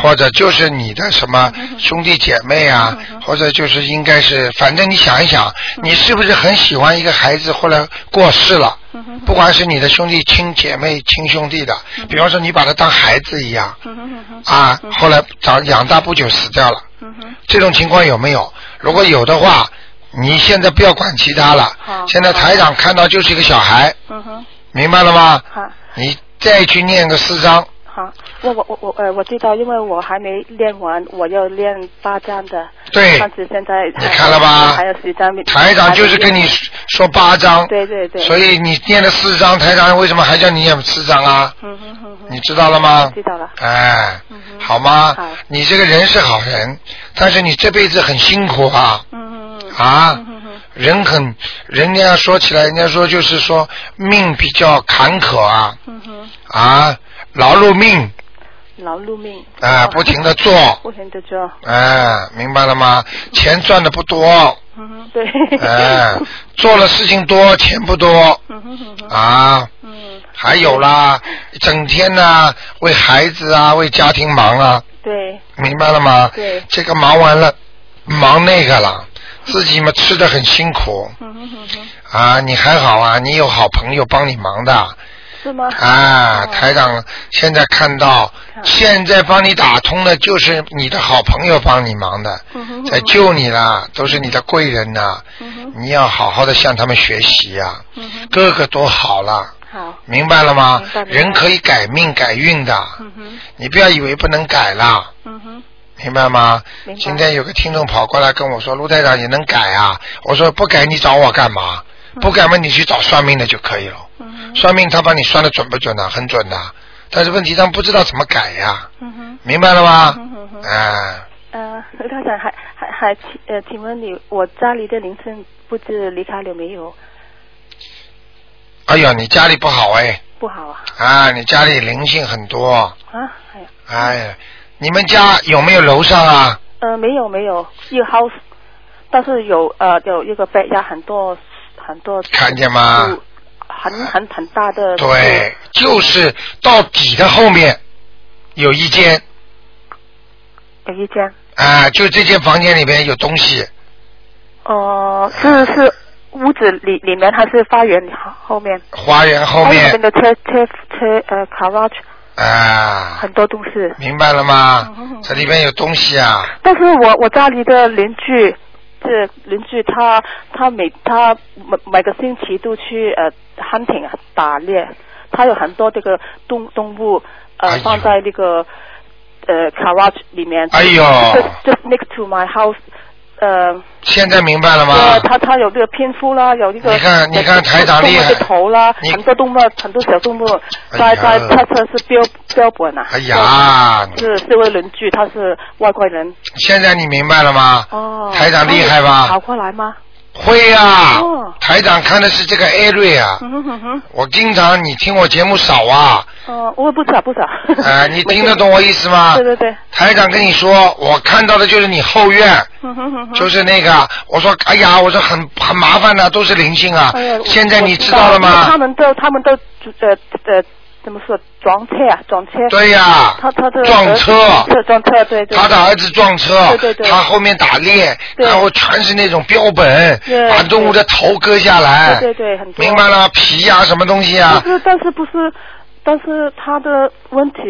A: 或者就是你的什么兄弟姐妹啊，或者就是应该是，反正你想一想，你是不是很喜欢一个孩子，后来过世了，不管是你的兄弟、亲姐妹、亲兄弟的，比方说你把他当孩子一样，啊，后来长养大不久死掉了，这种情况有没有？如果有的话，你现在不要管其他了，现在台长看到就是一个小孩，
H: 嗯哼，
A: 明白了吗？
H: 好。
A: 你再去念个四章，
H: 好，我我我我呃，我知道，因为我还没练完，我要练八章的。
A: 对
H: 但是现在你
A: 哎看了吧
H: 还有十章没。
A: 台长就是跟你
H: 还没
A: 说说八章，
H: 对对对。
A: 所以你念了四章，台长为什么还叫你念四章啊？
H: 嗯哼哼哼。
A: 你知道了吗？
H: 知道嗯了。
A: 哎，好吗？你这个人是好人，但是你这辈子很辛苦啊。
H: 嗯
A: 啊，人很，人家说起来，人家说就是说命比较坎坷啊。
H: 嗯
A: 啊，劳碌命
H: 劳碌命。
A: 啊，不停的做，
H: 不停的做。
A: 哎，明白了吗？钱赚的不多。
H: 嗯哼，对。
A: 哎，做了事情多，钱不多。啊。还有啦，整天呐、为孩子啊，为家庭忙啊，
H: 对，
A: 明白了吗？
H: 对。
A: 这个忙完了，忙那个了，自己嘛吃的很辛苦。啊，你还好啊，你有好朋友帮你忙的。
H: 是吗？
A: 啊，台长现在看到，现在帮你打通的就是你的好朋友帮你忙的，在救你啦，都是你的贵人呐、你要好好的向他们学习呀、个个都嗯好了。
H: 好。
A: 明白嗯了吗？人可以改命改运的，你不要以为不能改啦。明白吗？
H: 明白
A: 今天有个听众跑过来跟我说：“卢台长也能改啊？”我说：“不改你找我干嘛？
H: 嗯
A: 不改嘛，你去找算命的就可以了。算命他帮你算的准不准呢、很准的、但是问题他们不知道怎么改呀、
H: 嗯哼。
A: 明白了吗？
H: 嗯哼哼。
A: 哎，
H: 呃，刘大长还还还请呃，请问你我家里的铃声不知离开了没有？
A: 哎呦，你家里不好哎，
H: 不好啊
A: 啊，你家里灵性很多，
H: 啊！哎呀，
A: 哎呀，你们家有没有楼上啊？
H: 呃，没有没有，一个 house，但是有呃有一个 b a c 很多很多
A: 看见吗？
H: 树很很很大的树
A: 啊对，就是到底的后面有一间
H: 有呃一间，
A: 啊，就这间房间里面有东西，
H: 呃，是是屋子里里面还是花园后面？
A: 花园后
H: 花园
A: 面
H: 面的车车车呃 garage
A: 啊，
H: 很多嗯东西，
A: 明白了吗？这里面有东西啊，
H: 但是我我家里的邻居，这邻居他他每他每每个星期都去呃 hunting 啊打猎，他有很多这个动动物呃、
A: 哎呦
H: 放在那个呃 garage 里面。
A: 哎呦
H: Just just next to my house，呃，
A: 现在明白了
H: 呃
A: 吗？
H: 他他有这个蝙蝠啦，有那个呃
A: 你看你看台长
H: 动物
A: 厉害
H: 的头啦，
A: 你
H: 很多动物很多小动物
A: 哎呀
H: 在在他这是标标本啊。
A: 哎呀，
H: 是是位邻居，他是外国人。
A: 现在你明白了吗？
H: 哦，
A: 台长厉害吧
H: 跑过来吗？
A: 会啊
H: 哦，
A: 台长看的是这个 area 啊。
H: 嗯哼哼哼，
A: 我经常你听我节目少啊，
H: 哦，我不少不少。
A: 啊， 你听得懂啊我意思吗
H: 对？对对，
A: 台长跟你说，我看到的就是你后院，
H: 嗯哼哼哼，
A: 就是那个，我说，哎呀，我说很很麻烦的、都是灵性啊。
H: 哎呀我
A: 现在你
H: 我知
A: 道了吗？
H: 他们都他们都呃呃怎么说撞车啊撞车。
A: 对呀
H: 他他的
A: 撞车
H: 儿子撞车对对。
A: 他的儿子撞车，
H: 对对对
A: 他后面打猎，
H: 对
A: 然后全是那种标本，
H: 对
A: 把动物的头割下来，
H: 对对对很多
A: 哎明白了，皮呀、什么东西啊
H: 但，是但是不是，但是他的问题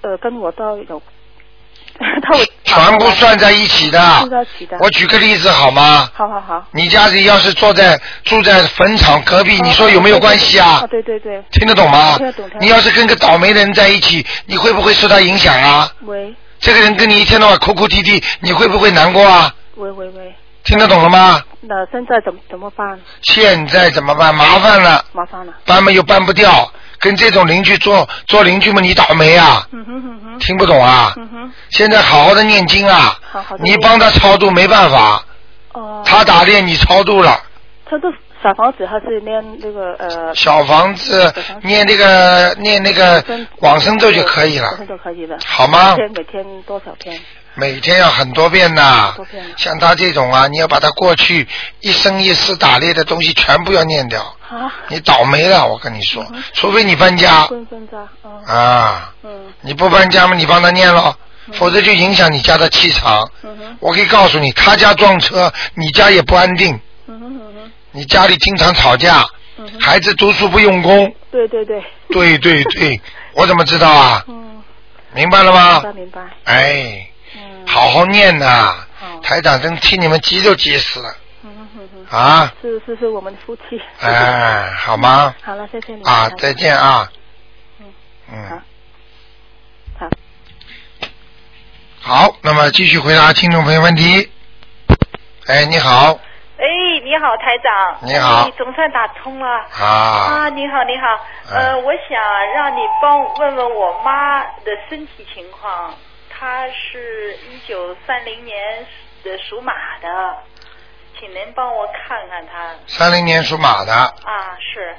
H: 呃跟我倒有， 他我
A: 全部算在一起的
H: 算在一起的。
A: 啊我举个例子好吗？
H: 好好好。
A: 你家里要是坐在住在坟场隔壁，你说有没有关系啊？
H: 啊对对对，
A: 听得懂吗
H: 听得懂听得？懂
A: 你要是跟个倒霉的人在一起，你会不会受他影响啊？
H: 喂
A: 这个人跟你一天到晚哭哭啼啼，你会不会难过啊？
H: 喂喂喂，
A: 听得懂了吗？
H: 那现在怎么怎么办？
A: 现在怎么办？麻烦了，
H: 麻烦了。
A: 搬嘛又搬不掉，跟这种邻居做做邻居嘛，你倒霉啊！
H: 嗯哼哼哼，
A: 听不懂啊？
H: 嗯哼，
A: 现在好好的念经啊
H: 好好，地
A: 你
H: 念
A: 帮他超度没办法，
H: 哦。
A: 他打猎你超度了，
H: 他的小房子还是念那个呃，
A: 小房子
H: 小房子
A: 念那个念那个
H: 往生
A: 往生咒就可以
H: 往
A: 了
H: 生，咒可以了。
A: 好吗
H: 每？天每天多少篇？
A: 每天要很多遍呐。像他这种啊，你要把他过去一生一世打猎的东西全部要念掉，
H: 啊，
A: 你倒霉了，我跟你说，除非你搬家
H: 不能分家，嗯
A: 啊，
H: 嗯
A: 你不搬家嘛，你帮他念咯，否则就影响你家的气场。
H: 嗯哼
A: 我可以告诉你，他家撞车，你家也不安定，
H: 嗯哼嗯哼
A: 你家里经常吵架，
H: 嗯哼，
A: 孩子读书不用功，
H: 对对对，
A: 对对对，我怎么知道啊？
H: 嗯，
A: 明白了
H: 明
A: 吗？
H: 白明白，
A: 哎，
H: 嗯，
A: 好好念呐、
H: 好，
A: 台长真替你们急都急死了
H: 嗯哼嗯哼，
A: 啊！
H: 是是是我们夫妻，
A: 哎，好吗？
H: 好了，谢谢你
A: 啊
H: 台，长
A: 再见啊。嗯
H: 好。好。
A: 好，那么继续回答听众朋友问题。哎，你好
E: 哎，你好，台长。
A: 你好
E: 哎总算打通了。
A: 啊，
E: 啊，你好，你
A: 啊
E: 好。呃，我想让你帮我问问我妈的身体情况。她是一九三零年的属马的，请您帮我看看她。
A: 三零年属马的，
E: 啊，是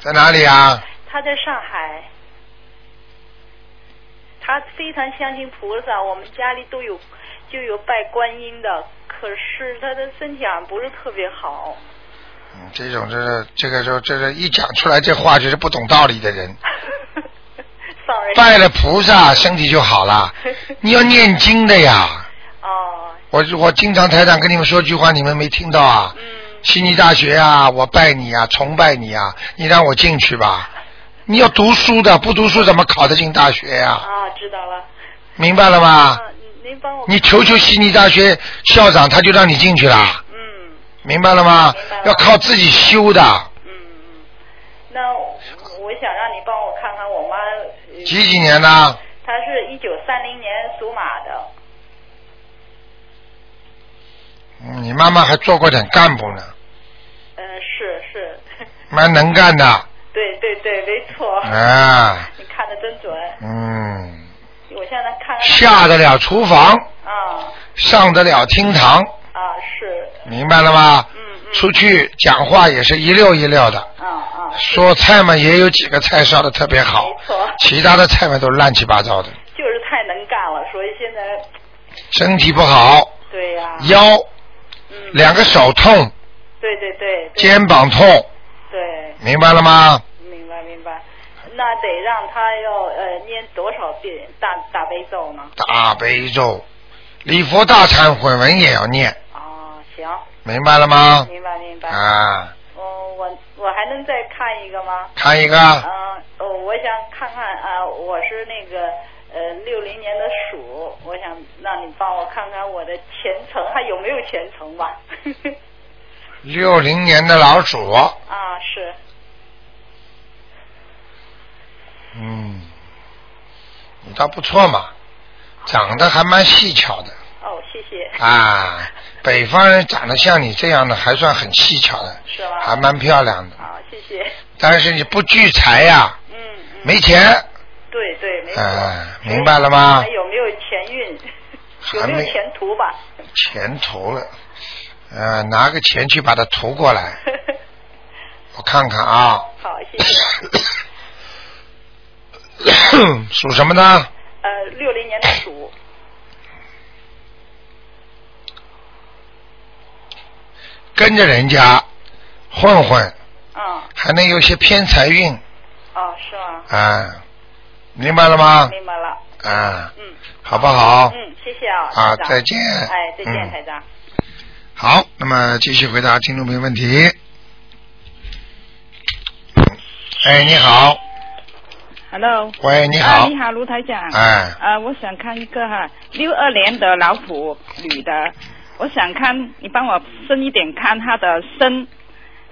A: 在哪里啊？
E: 她在上海。她非常相信菩萨，我们家里都有就有拜观音的，可是她的身体啊不是特别好。
A: 嗯，这种就是这个时候，这是一讲出来这话就是不懂道理的人。
E: sorry。
A: 拜了菩萨，身体就好 了。你要念经的呀。
E: 哦，
A: 我我经常台长跟你们说句话，你们没听到啊？
E: 嗯，
A: 悉尼大学啊，我拜你啊，崇拜你啊，你让我进去吧。你要读书的，不读书怎么考得进大学呀、
E: 啊，知道了。
A: 明白了吗？
E: 啊，您您帮我。
A: 你求求悉尼大学校长，他就让你进去啦，
E: 嗯
A: 明白了吗
E: 明白？了
A: 要靠自己修的。
E: 嗯嗯，那我我想让你帮我看看我妈，呃
A: 几几年的？
E: 她是一九三零年属马的。
A: 嗯你妈妈还做过点干部呢，
E: 嗯，是是，
A: 蛮能干的。
E: 对对对，没错。
A: 啊，
E: 你看的真准，
A: 嗯，
E: 我现在看看她
A: 下得了厨房，
E: 啊
A: 上得了厅堂，
E: 啊是，
A: 明白了吗？
E: 嗯嗯
A: 出去讲话也是一溜一溜的。
E: 啊啊，
A: 说菜嘛，也有几个菜烧的特别好
E: 没错，
A: 其他的菜嘛都乱七八糟的，
E: 就是太能干了，所以现在
A: 身体不好，
E: 对呀、
A: 腰、
E: 嗯，
A: 两个手痛，
E: 对对对对
A: 肩膀痛，
E: 对。
A: 明白了吗？
E: 明白明白，那得让他要呃念多少遍大大悲咒呢？
A: 大悲咒、礼佛大忏悔文也要念，
E: 哦，行，
A: 明白了吗？
E: 明白明白。
A: 啊，
E: 嗯、我我还能再看一个吗？
A: 看一
E: 嗯、
A: 个
E: 呃，我想看看啊、我是那个呃六零年的鼠，我想让你帮我看看我的前程还有没有前程吧。
A: 六零年的老鼠，
E: 啊，是，
A: 嗯，你倒不错嘛，长得还蛮细巧的
E: 哦，谢谢，
A: 啊。北方人长得像你这样的还算很细巧的，
E: 是吧？
A: 还蛮漂亮的。
E: 好，谢谢。
A: 但是你不聚财呀、
E: 嗯嗯，
A: 没钱，
E: 对对，没错。
A: 哎，明白了吗
E: 还？有没有前运？有
A: 还
E: 没有
A: 没
E: 前途吧？
A: 前途了，呃，拿个钱去把它投过来，我看看啊，
E: 好，谢 谢。
A: 属什么呢？
E: 呃，六零年的鼠，
A: 跟着人家混混，
E: 嗯，
A: 还能有些偏财运
E: 哦，是吗？
A: 啊，明白了吗？
E: 明白了，
A: 啊，
E: 嗯
A: 好不好？
E: 嗯，谢谢啊，
A: 啊
E: 台长
A: 再见
E: 哎，再见，
A: 嗯
E: 台长。
A: 好，那么继续回答听众朋友问题。哎，你好，
I: Hello，
A: 喂，你
I: 啊，
A: 好
I: 你，好，卢台长。
A: 哎，
I: 啊，我想看一个哈，六二年的老虎女的，我想看你帮我深一点看她的身，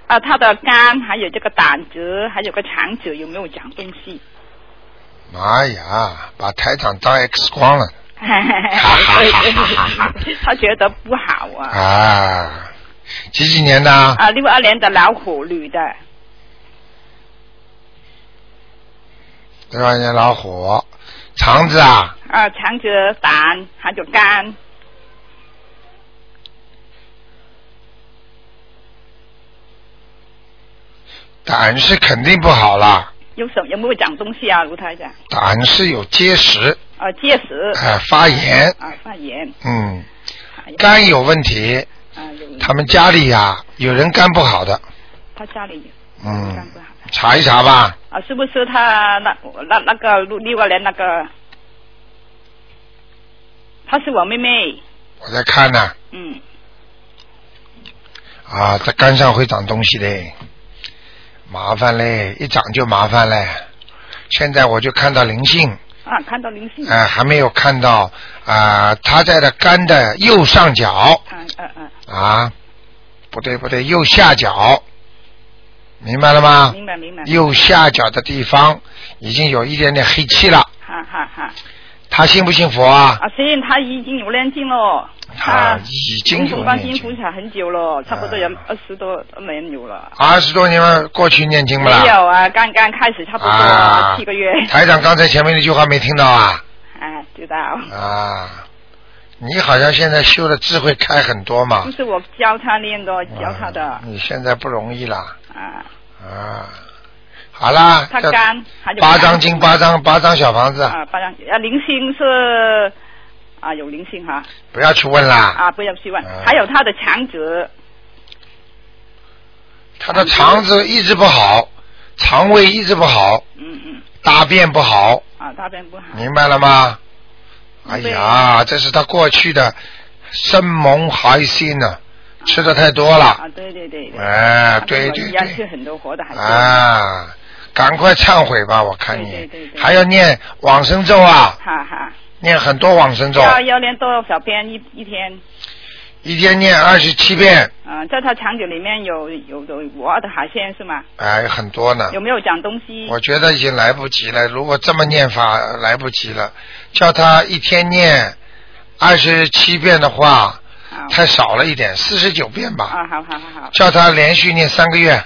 I: 啊，她的肝，还有这个胆子，还有个肠子有没有长东西？
A: 妈呀，把台长当 X 光了。
I: 她觉得不好啊。
A: 啊，几几年的啊？
I: 啊，六二年的老虎女的，
A: 六二年老虎，肠子啊，
I: 啊，肠子、胆还有肝，
A: 胆是肯定不好啦，
I: 有什有没有长东西啊，卢台长？哦
A: 胆是有结石，
D: 呃结石。
A: 哎发炎
D: 啊，发炎。
A: 嗯，
I: 哎
A: 肝有问题，他们家里呀、有人肝不好的，
D: 他家里有
A: 嗯，查一查吧，
D: 啊，是不是他那那那个六六个人那个？她是我妹妹，
A: 我在看呢、
D: 嗯，
A: 啊，在肝上会长东西嘞，麻烦嘞，一长就麻烦嘞。现在我就看到灵性，
D: 啊，看到灵性。
A: 哎、还没有看到啊，他、在的肝的右上角
D: 嗯嗯嗯，
A: 啊，不对不对，右下角，明白了吗？
D: 啊明白明白。
A: 右下角的地方已经有一点点黑气了，
D: 哈哈哈。
A: 他信不信佛啊？
D: 啊，所以他已经有念经了，
A: 他已经啊有
D: 观
A: 念
D: 音菩萨很久了，差不多有二十多年有了。
A: 二十多年过去念经不啦？
D: 没有啊，刚刚开始，差不
A: 啊
D: 多七个月。
A: 台长刚才前面那句话没听到啊？
D: 哎，知道。
A: 啊，你好像现在修的智慧开很多嘛
D: 就？是我教他念
A: 啊
D: 的，教他的
A: 你现在不容易啦
D: 啊。
A: 啊！好啦，
D: 他
A: 这
D: 肝啊还有
A: 八张
D: 肝
A: 经，八张八张小房子，
D: 啊，八张啊，零星是啊，有零星哈。
A: 不要去问啦。嗯
D: 啊，不要去问。还有他的肠子，
A: 他的肠子一直不好，肠胃一直不好，
D: 嗯嗯，
A: 大便不好，
D: 啊，大便不好，
A: 明白了吗？哎呀，这是他过去的生猛海鲜呢，吃的太多了。
D: 啊，对对对。
A: 哎，对对
D: 一
A: 对
D: 样。吃很多活的还是。
A: 啊，赶快忏悔吧，我看你
D: 对对对
A: 还要念往生咒啊，
D: 哈哈。
A: 念很多往生咒，
D: 要要练多少遍一一天？
A: 一天念二十七遍，
E: 嗯
D: 啊，在他肠子里面有有有活的海鲜是吗？
A: 哎，很多呢
D: 有。没有长东西？
A: 我觉得已经来不及了，如果这么念法呃来不及了，叫他一天念二十七遍的话，太少了一点，四十九遍吧。
D: 啊，好好好好。
A: 叫他连续念三个月，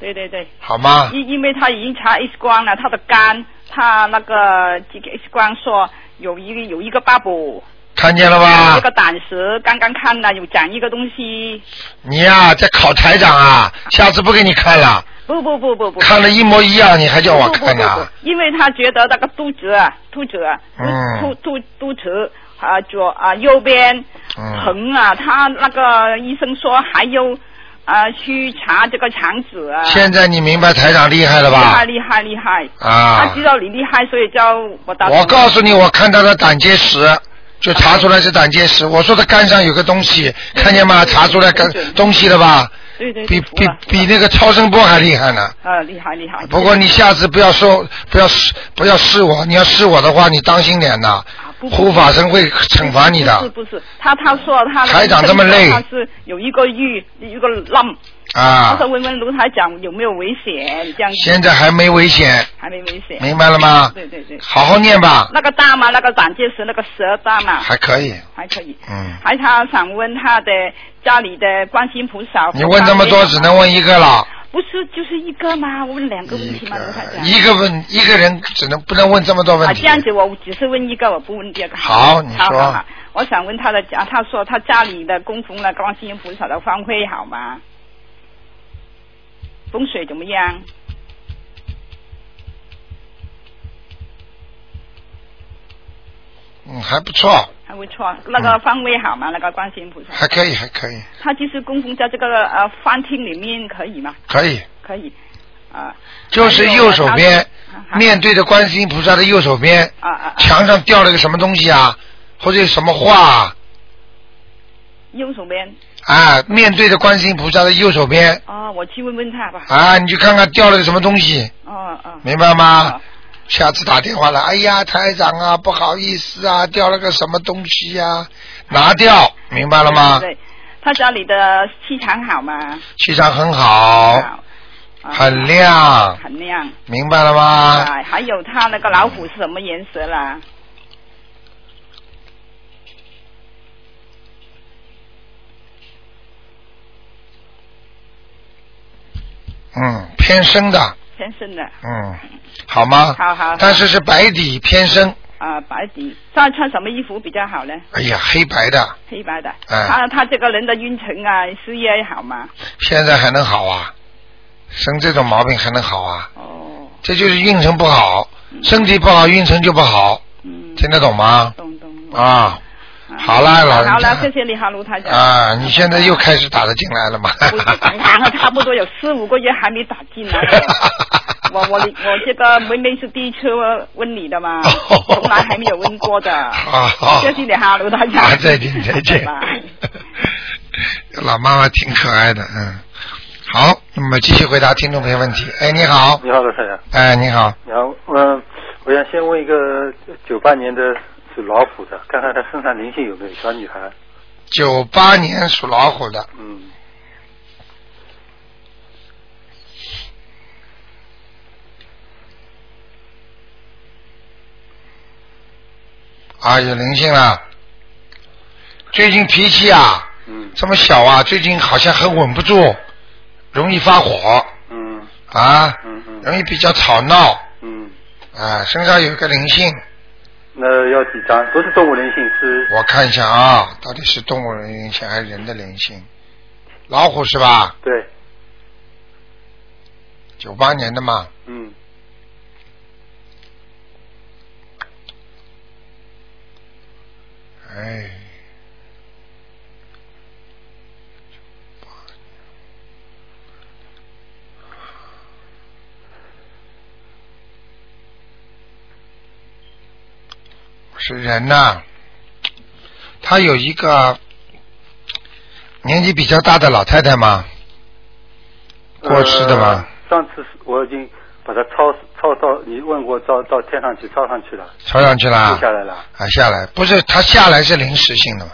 D: 对对对。
A: 好吗？
D: 因因为他已经查 X 光了，他的肝，他那个几个 X 光说有一个有一个巴补，
A: 看见了
D: 有
A: 吧
D: 一？个胆石，刚刚看了有长一个东西，
A: 你呀、在考台长啊，下次不给你看了。
D: 不不不不不，
A: 看了一模一样你还叫我看呐
D: 不不不不因为他觉得那个肚子啊，肚子啊，
A: 嗯
D: 肚肚肚子啊左啊右边
A: 嗯，
D: 疼啊，他那个医生说还有啊去查这个肠子啊，
A: 现在你明白台长厉害了吧？
D: 厉害厉害厉害
A: 啊
D: 他知道你厉害，所以叫我打。
A: 我告诉你，我看到的胆结石，就查出来是胆结石。我说他肝上有个东西，
D: 嗯
A: 看见吗？查出来肝东西了吧？
D: 对对
A: 比
D: 对，
A: 比比那个超声波还厉害呢。
D: 啊厉害厉害，
A: 不过你下次不要说，不要试，不要试我。你要试我的话，你当心点呐，
D: 啊不
A: 护法神会惩罚你
D: 不是
A: 的
D: 不是，他他说他
A: 啊台长这么累
D: 他是有一个玉一个浪，他
A: 啊
D: 说！问问卢台长有没有危险这样子。
A: 现在还没危险，
D: 还没危险，
A: 明白了吗
D: 对对对，
A: 好好念吧，
D: 那个大嘛，那个胆结石，那个蛇大嘛，
A: 还可以，
D: 还可以。
A: 嗯。
D: 还他想问他的家里的观世音菩萨。
A: 你问这么多，只能问一个了。
D: 不是就是一个吗？我问两个问题吗？卢台长。
A: 一个问一个人只能不能问这么多
D: 啊，
A: 问
D: 这
A: 题。
D: 样子我只是问一个，我不问第二个。
A: 好你
D: 好
A: 说
D: 好好我想问他的家，他说他家里的供奉了观世音菩萨的方位好吗？风水怎么样？
A: 嗯，还不错，
D: 还不错，那个方位好吗？那个观世音菩萨，
A: 还可以，还可以，
D: 他就是供奉在这个呃饭厅里面，可以吗？
A: 可以，
D: 可以，啊、
A: 就是右手边
D: 还有
A: 面对着观世音菩萨的右手边，
D: 啊啊，啊
A: 墙上掉了个什么东西啊，或者有什么画
D: 右手边，
A: 啊，面对着观世音菩萨的右手边
D: 哦，我去问问他吧。
A: 啊，你去看看掉了个什么东西，
D: 哦哦，
A: 明白吗？下次打电话了，哎呀，台长啊，不好意思啊，掉了个什么东西呀、拿掉，明白了吗？
D: 对，对他家里的气场好吗？
A: 气场很好，
D: 啊
A: 很亮，
D: 很亮。
A: 明白了吗？
D: 啊，还有他那个老虎是什么颜色啦？
A: 嗯，偏深的，
D: 天生的
A: 嗯，好吗？
D: 好好好
A: 但是是白底偏深，
D: 啊，白底。他穿什么衣服比较好呢？
A: 哎呀，黑白的，
D: 黑白的。
A: 哎
D: 他他这个人的运程啊，事业好吗？
A: 现在还能好啊？生这种毛病还能好啊？
D: 哦，
A: 这就是运程不好，身体不好，运程就不好。
I: 嗯，
A: 听得懂吗？
I: 懂懂。
A: 啊，好啦，老人
I: 好了，
A: 家
I: 谢谢你哈，卢台长。
A: 啊，你现在又开始打得进来了嘛？
I: 然后差不多有四五个月还没打进 来。我我我这个明明是第一次问你的 嘛，从来还没有问过的。
D: 哦
A: 好好
I: 谢谢你哈，卢台长
A: 啊。再见再见
I: 拜拜
A: 老妈妈挺可爱的，嗯。好，那么继续回答听众朋友问题。哎，你好，
J: 你好，罗太太。
A: 哎，你好，
J: 你好，嗯、我想先问一个九八年的属老虎的，看看她身上灵性有没有，小女孩。
A: 九八年属老虎的，
J: 嗯，
A: 啊，有灵性了。最近脾气啊，
J: 嗯，
A: 这么小啊，最近好像很稳不住，容易发火，
J: 嗯，
A: 啊，容易比较吵闹，
J: 嗯，
A: 啊，身上有一个灵性，
J: 那要几张？不是动物灵性，是
A: 我看一下啊，到底是动物的灵性还是人的灵性？老虎是吧？
J: 对，
A: 九八年的嘛，
J: 嗯，
A: 哎，是人呐、他有一个年纪比较大的老太太嘛，过世的嘛，
J: 呃上次是我已经把它抄抄到你问过，到到天上去抄上去了，
A: 抄上去啦
J: 记下来了。
A: 啊，下来不是他下来是临时性的嘛，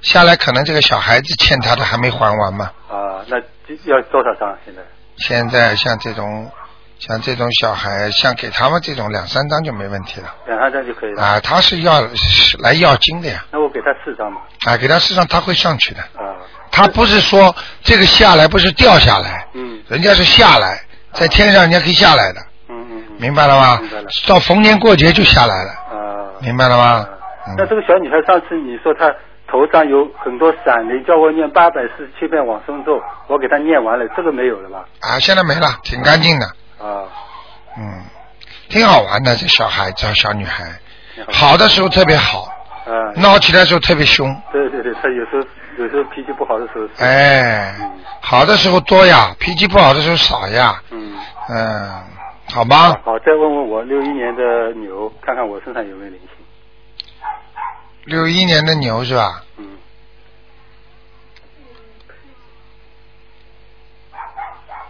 A: 下来可能这个小孩子欠他的还没还完嘛。
J: 啊，那就要多少张？现在
A: 现在像这种像这种小孩，像给他们这种两三张就没问题了
J: 两三张就可以了。
A: 啊，他是要是来要经的呀，
J: 那我给他四张吧。
A: 啊，给他身上他会上去的，
J: 啊，
A: 他不是说这个下来不是掉下来，
J: 嗯
A: 人家是下来，在天上人家可以下来的，
J: 嗯嗯
A: 明白了吗？
J: 明白了
A: 到逢年过节就下来了，
J: 啊。
A: 明白了吗？嗯
J: 那这个小女孩上次你说她头上有很多闪灵，叫我念八百四十七遍往生咒，我给她念完了，这个没有了吧？
A: 啊，现在没了，挺干净的。
J: 啊，
A: 嗯，挺好玩的，这小孩，这小女孩，
J: 挺
A: 好的时候特别好，
J: 啊，
A: 闹起来的时候特别凶，
J: 对对对，她有时候有时候脾气不好的时候嗯是，
A: 哎，好的时候多呀，脾气不好的时候少呀，
J: 嗯，
A: 嗯，好吗？
J: 好，再问问我六一年的牛，看看我身上有没有灵性。
A: 六一年的牛是吧？
J: 嗯。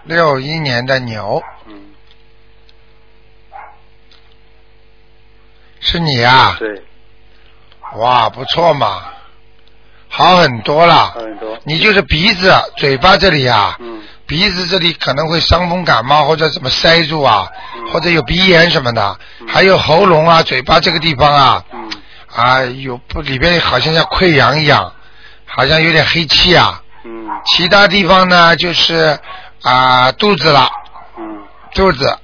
A: 六一年的牛
J: 嗯，
A: 是你呀、
J: 对，
A: 哇，不错嘛，好很多了。
J: 很多。
A: 你就是鼻子、嘴巴这里啊，
J: 嗯
A: 鼻子这里可能会伤风感冒或者什么塞住啊，或者有鼻炎什么的，还有喉咙啊、嘴巴这个地方啊，
J: 嗯
A: 啊有不里边好像像溃疡一样，好像有点黑气啊。
J: 嗯
A: 其他地方呢就是啊、肚子了，
J: 嗯，
A: 肚子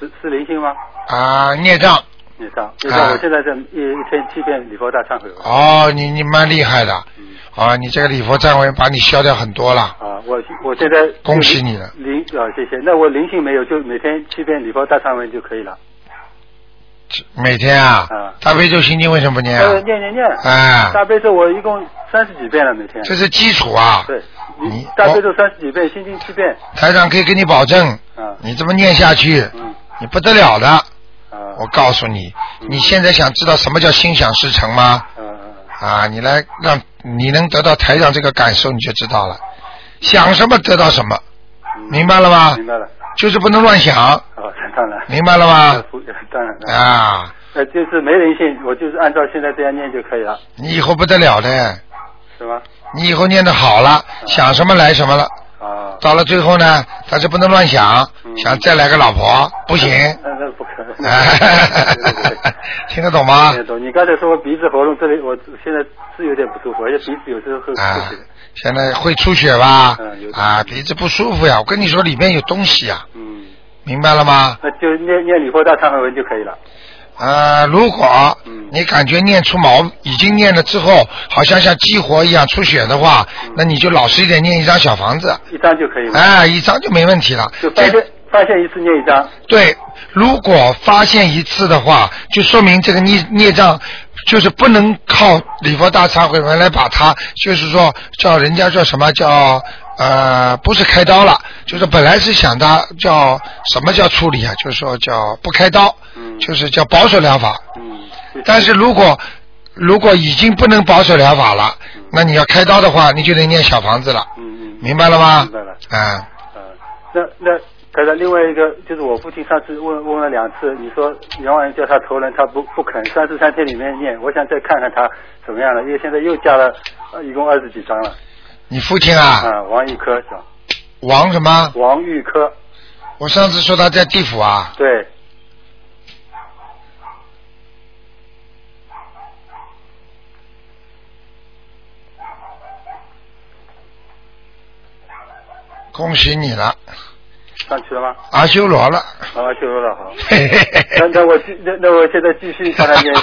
J: 是是灵性吗？
A: 啊、孽障。
J: 你上，你上，
A: 啊
J: 我现在在一一天七遍礼佛大忏悔文
A: 哦，你你蛮厉害的，啊，你这个礼佛忏悔把你消掉很多了，
J: 啊，我我现在
A: 恭喜你了。
J: 灵啊，谢谢。那我灵性没有，就每天七遍礼佛大忏文就可以了。
A: 每天啊
J: 啊，
A: 大悲咒心经为什么不念啊？
J: 呃，念念念。
A: 哎
J: 大悲咒我一共三十几遍了，每天。
A: 这是基础啊
J: 对，
A: 你
J: 大悲咒三十几遍，心经七遍。
A: 台长可以给你保证，
J: 啊
A: 你这么念下去，
J: 嗯
A: 你不得了的。
J: 啊
A: 我告诉你，你现在想知道什么叫心想事成吗？
J: 嗯
A: 啊，你来让你能得到台长这个感受，你就知道了。想什么得到什么，明白了吗
J: 嗯明？白了。
A: 就是不能乱想，
J: 啊，当然。
A: 明白了吗？
J: 当然。当然。
A: 啊，
J: 呃，就是没灵性，我就是按照现在这样念就可以了，
A: 你以后不得了的，
J: 是吗？
A: 你以后念的好了，想什么来什么了。
J: 啊。
A: 到了最后呢，但是不能乱想，想再来个老婆不行，
J: 那那不
A: 啊
J: 可能。
A: 听得懂吗
J: 听？得懂。你刚才说我鼻子、喉咙这里，我现在是有点不舒服，而且鼻子有时候会会
A: 啊
J: 起来。，
A: 现在会出血吧
J: 嗯有？
A: 啊，鼻子不舒服呀，我跟你说里面有东西呀，
J: 嗯，
A: 明白了吗？
J: 那就念念礼佛大忏悔文就可以了。
A: 呃，如果
J: 嗯
A: 你感觉念出毛，已经念了之后，好像像激活一样出血的
J: 嗯
A: 话，那你就老实一点念一张小房子，
J: 一张就可以了。
A: 啊哎，一张就没问题了。
J: 就三遍发现一次念一张。
A: 对，如果发现一次的话，就说明这个孽孽障就是不能靠礼佛大忏悔文来把它，就是说叫人家叫什么叫呃，不是开刀了，就是本来是想他叫什么叫处理啊，就是说叫不开刀，
J: 嗯
A: 就是叫保守疗法。但是如果如果已经不能保守疗法了，那你要开刀的话，你就得念小房子了。明白了吗？
J: 嗯明白了。
A: 啊、
J: 呃那那可是另外一个就是我父亲上次问问了两次，你说杨万叫他投人，他不不肯，三十三天里面念，我想再看看他怎么样了，因为现在又加了，呃一共二十几张了。
A: 你父亲啊，
J: 啊，王一科讲，
A: 王什么？
J: 王玉科，
A: 我上次说他在地府啊，
J: 对，
A: 恭喜你了，
J: 上去了吗？
A: 阿修罗了。。
J: 好，修罗了，好那那我继那那我现在继续帮他念，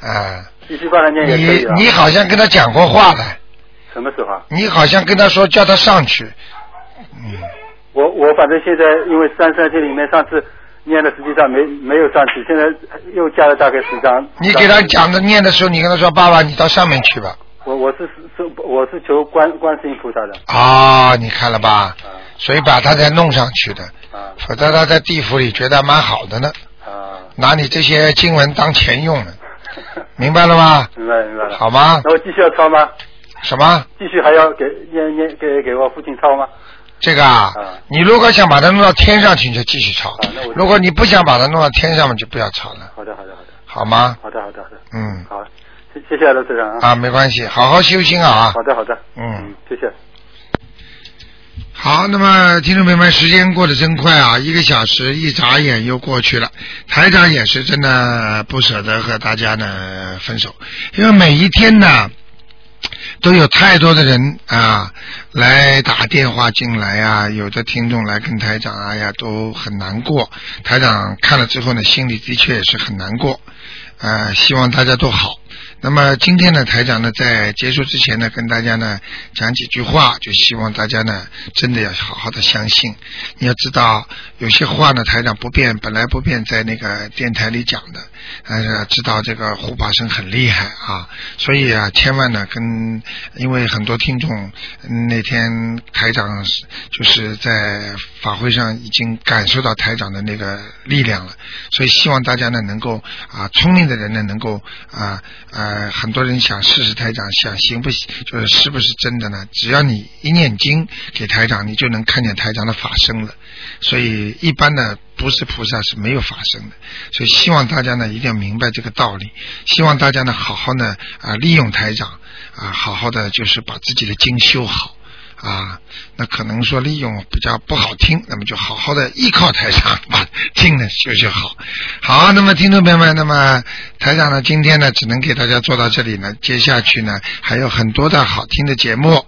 A: 啊、
J: 继续帮他念也可以
A: 你
J: 啊。
A: 你好像跟他讲过话的，
J: 什么时候啊？
A: 你好像跟他说叫他上去，嗯
J: 我我反正现在因为三十三天里面上次念了实际上没没有上去，现在又加了大概十张。
A: 你给他讲的念的时候，你跟他说爸爸，你到上面去吧。
J: 我我是是我是求观观世音菩萨的，
A: 啊、你看了吧？所以把他才弄上去的，
J: 啊
A: 否则他在地府里觉得蛮好的呢，
J: 啊
A: 拿你这些经文当钱用呢，明白了吗？
J: 明白明白了。
A: 好啊吗
J: 那我继续要抄吗？
A: 什么？
J: 继续还要给念念给给我父亲抄吗？
A: 这个啊，你如果想把它弄到天上去，你就继续抄；如果你不想把它弄到天上面，就不要抄了，
J: 好的好的好的
A: 好吗？
J: 好的好的好的，
A: 啊嗯，
J: 好，谢谢谢罗队长
A: 啊，没关系，好好修心啊。
J: 好的好的，
A: 嗯。
J: 谢谢。
A: 好，那么听众朋友们，时间过得真快啊，一个小时一眨眼又过去了。台长也是真的不舍得和大家呢分手，因为每一天呢都有太多的人啊来打电话进来啊，有的听众来跟台长，哎呀都很难过。台长看了之后呢，心里的确也是很难过。呃，希望大家都好。那么今天呢，台长呢在结束之前呢，跟大家呢讲几句话，就希望大家呢真的要好好的相信。你要知道，有些话呢，台长不便本来不便在那个电台里讲的，但是知道这个护法神很厉害啊，所以啊，千万呢跟，因为很多听众嗯那天台长是就是在法会上已经感受到台长的那个力量了，所以希望大家呢能够啊，聪明的人呢能够啊呃，很多人想试试台长，想行不行，就是是不是真的呢？只要你一念经给台长，你就能看见台长的法身了。所以一般呢，不是菩萨是没有法身的。所以希望大家呢一定要明白这个道理，希望大家呢好好呢啊利用台长啊，好好的就是把自己的经修好。啊，那可能说利用比较不好听，那么就好好的依靠台长 把经呢修修好。好，那么听众朋友们，那么台长呢，今天呢只能给大家做到这里呢，接下去呢还有很多的好听的节目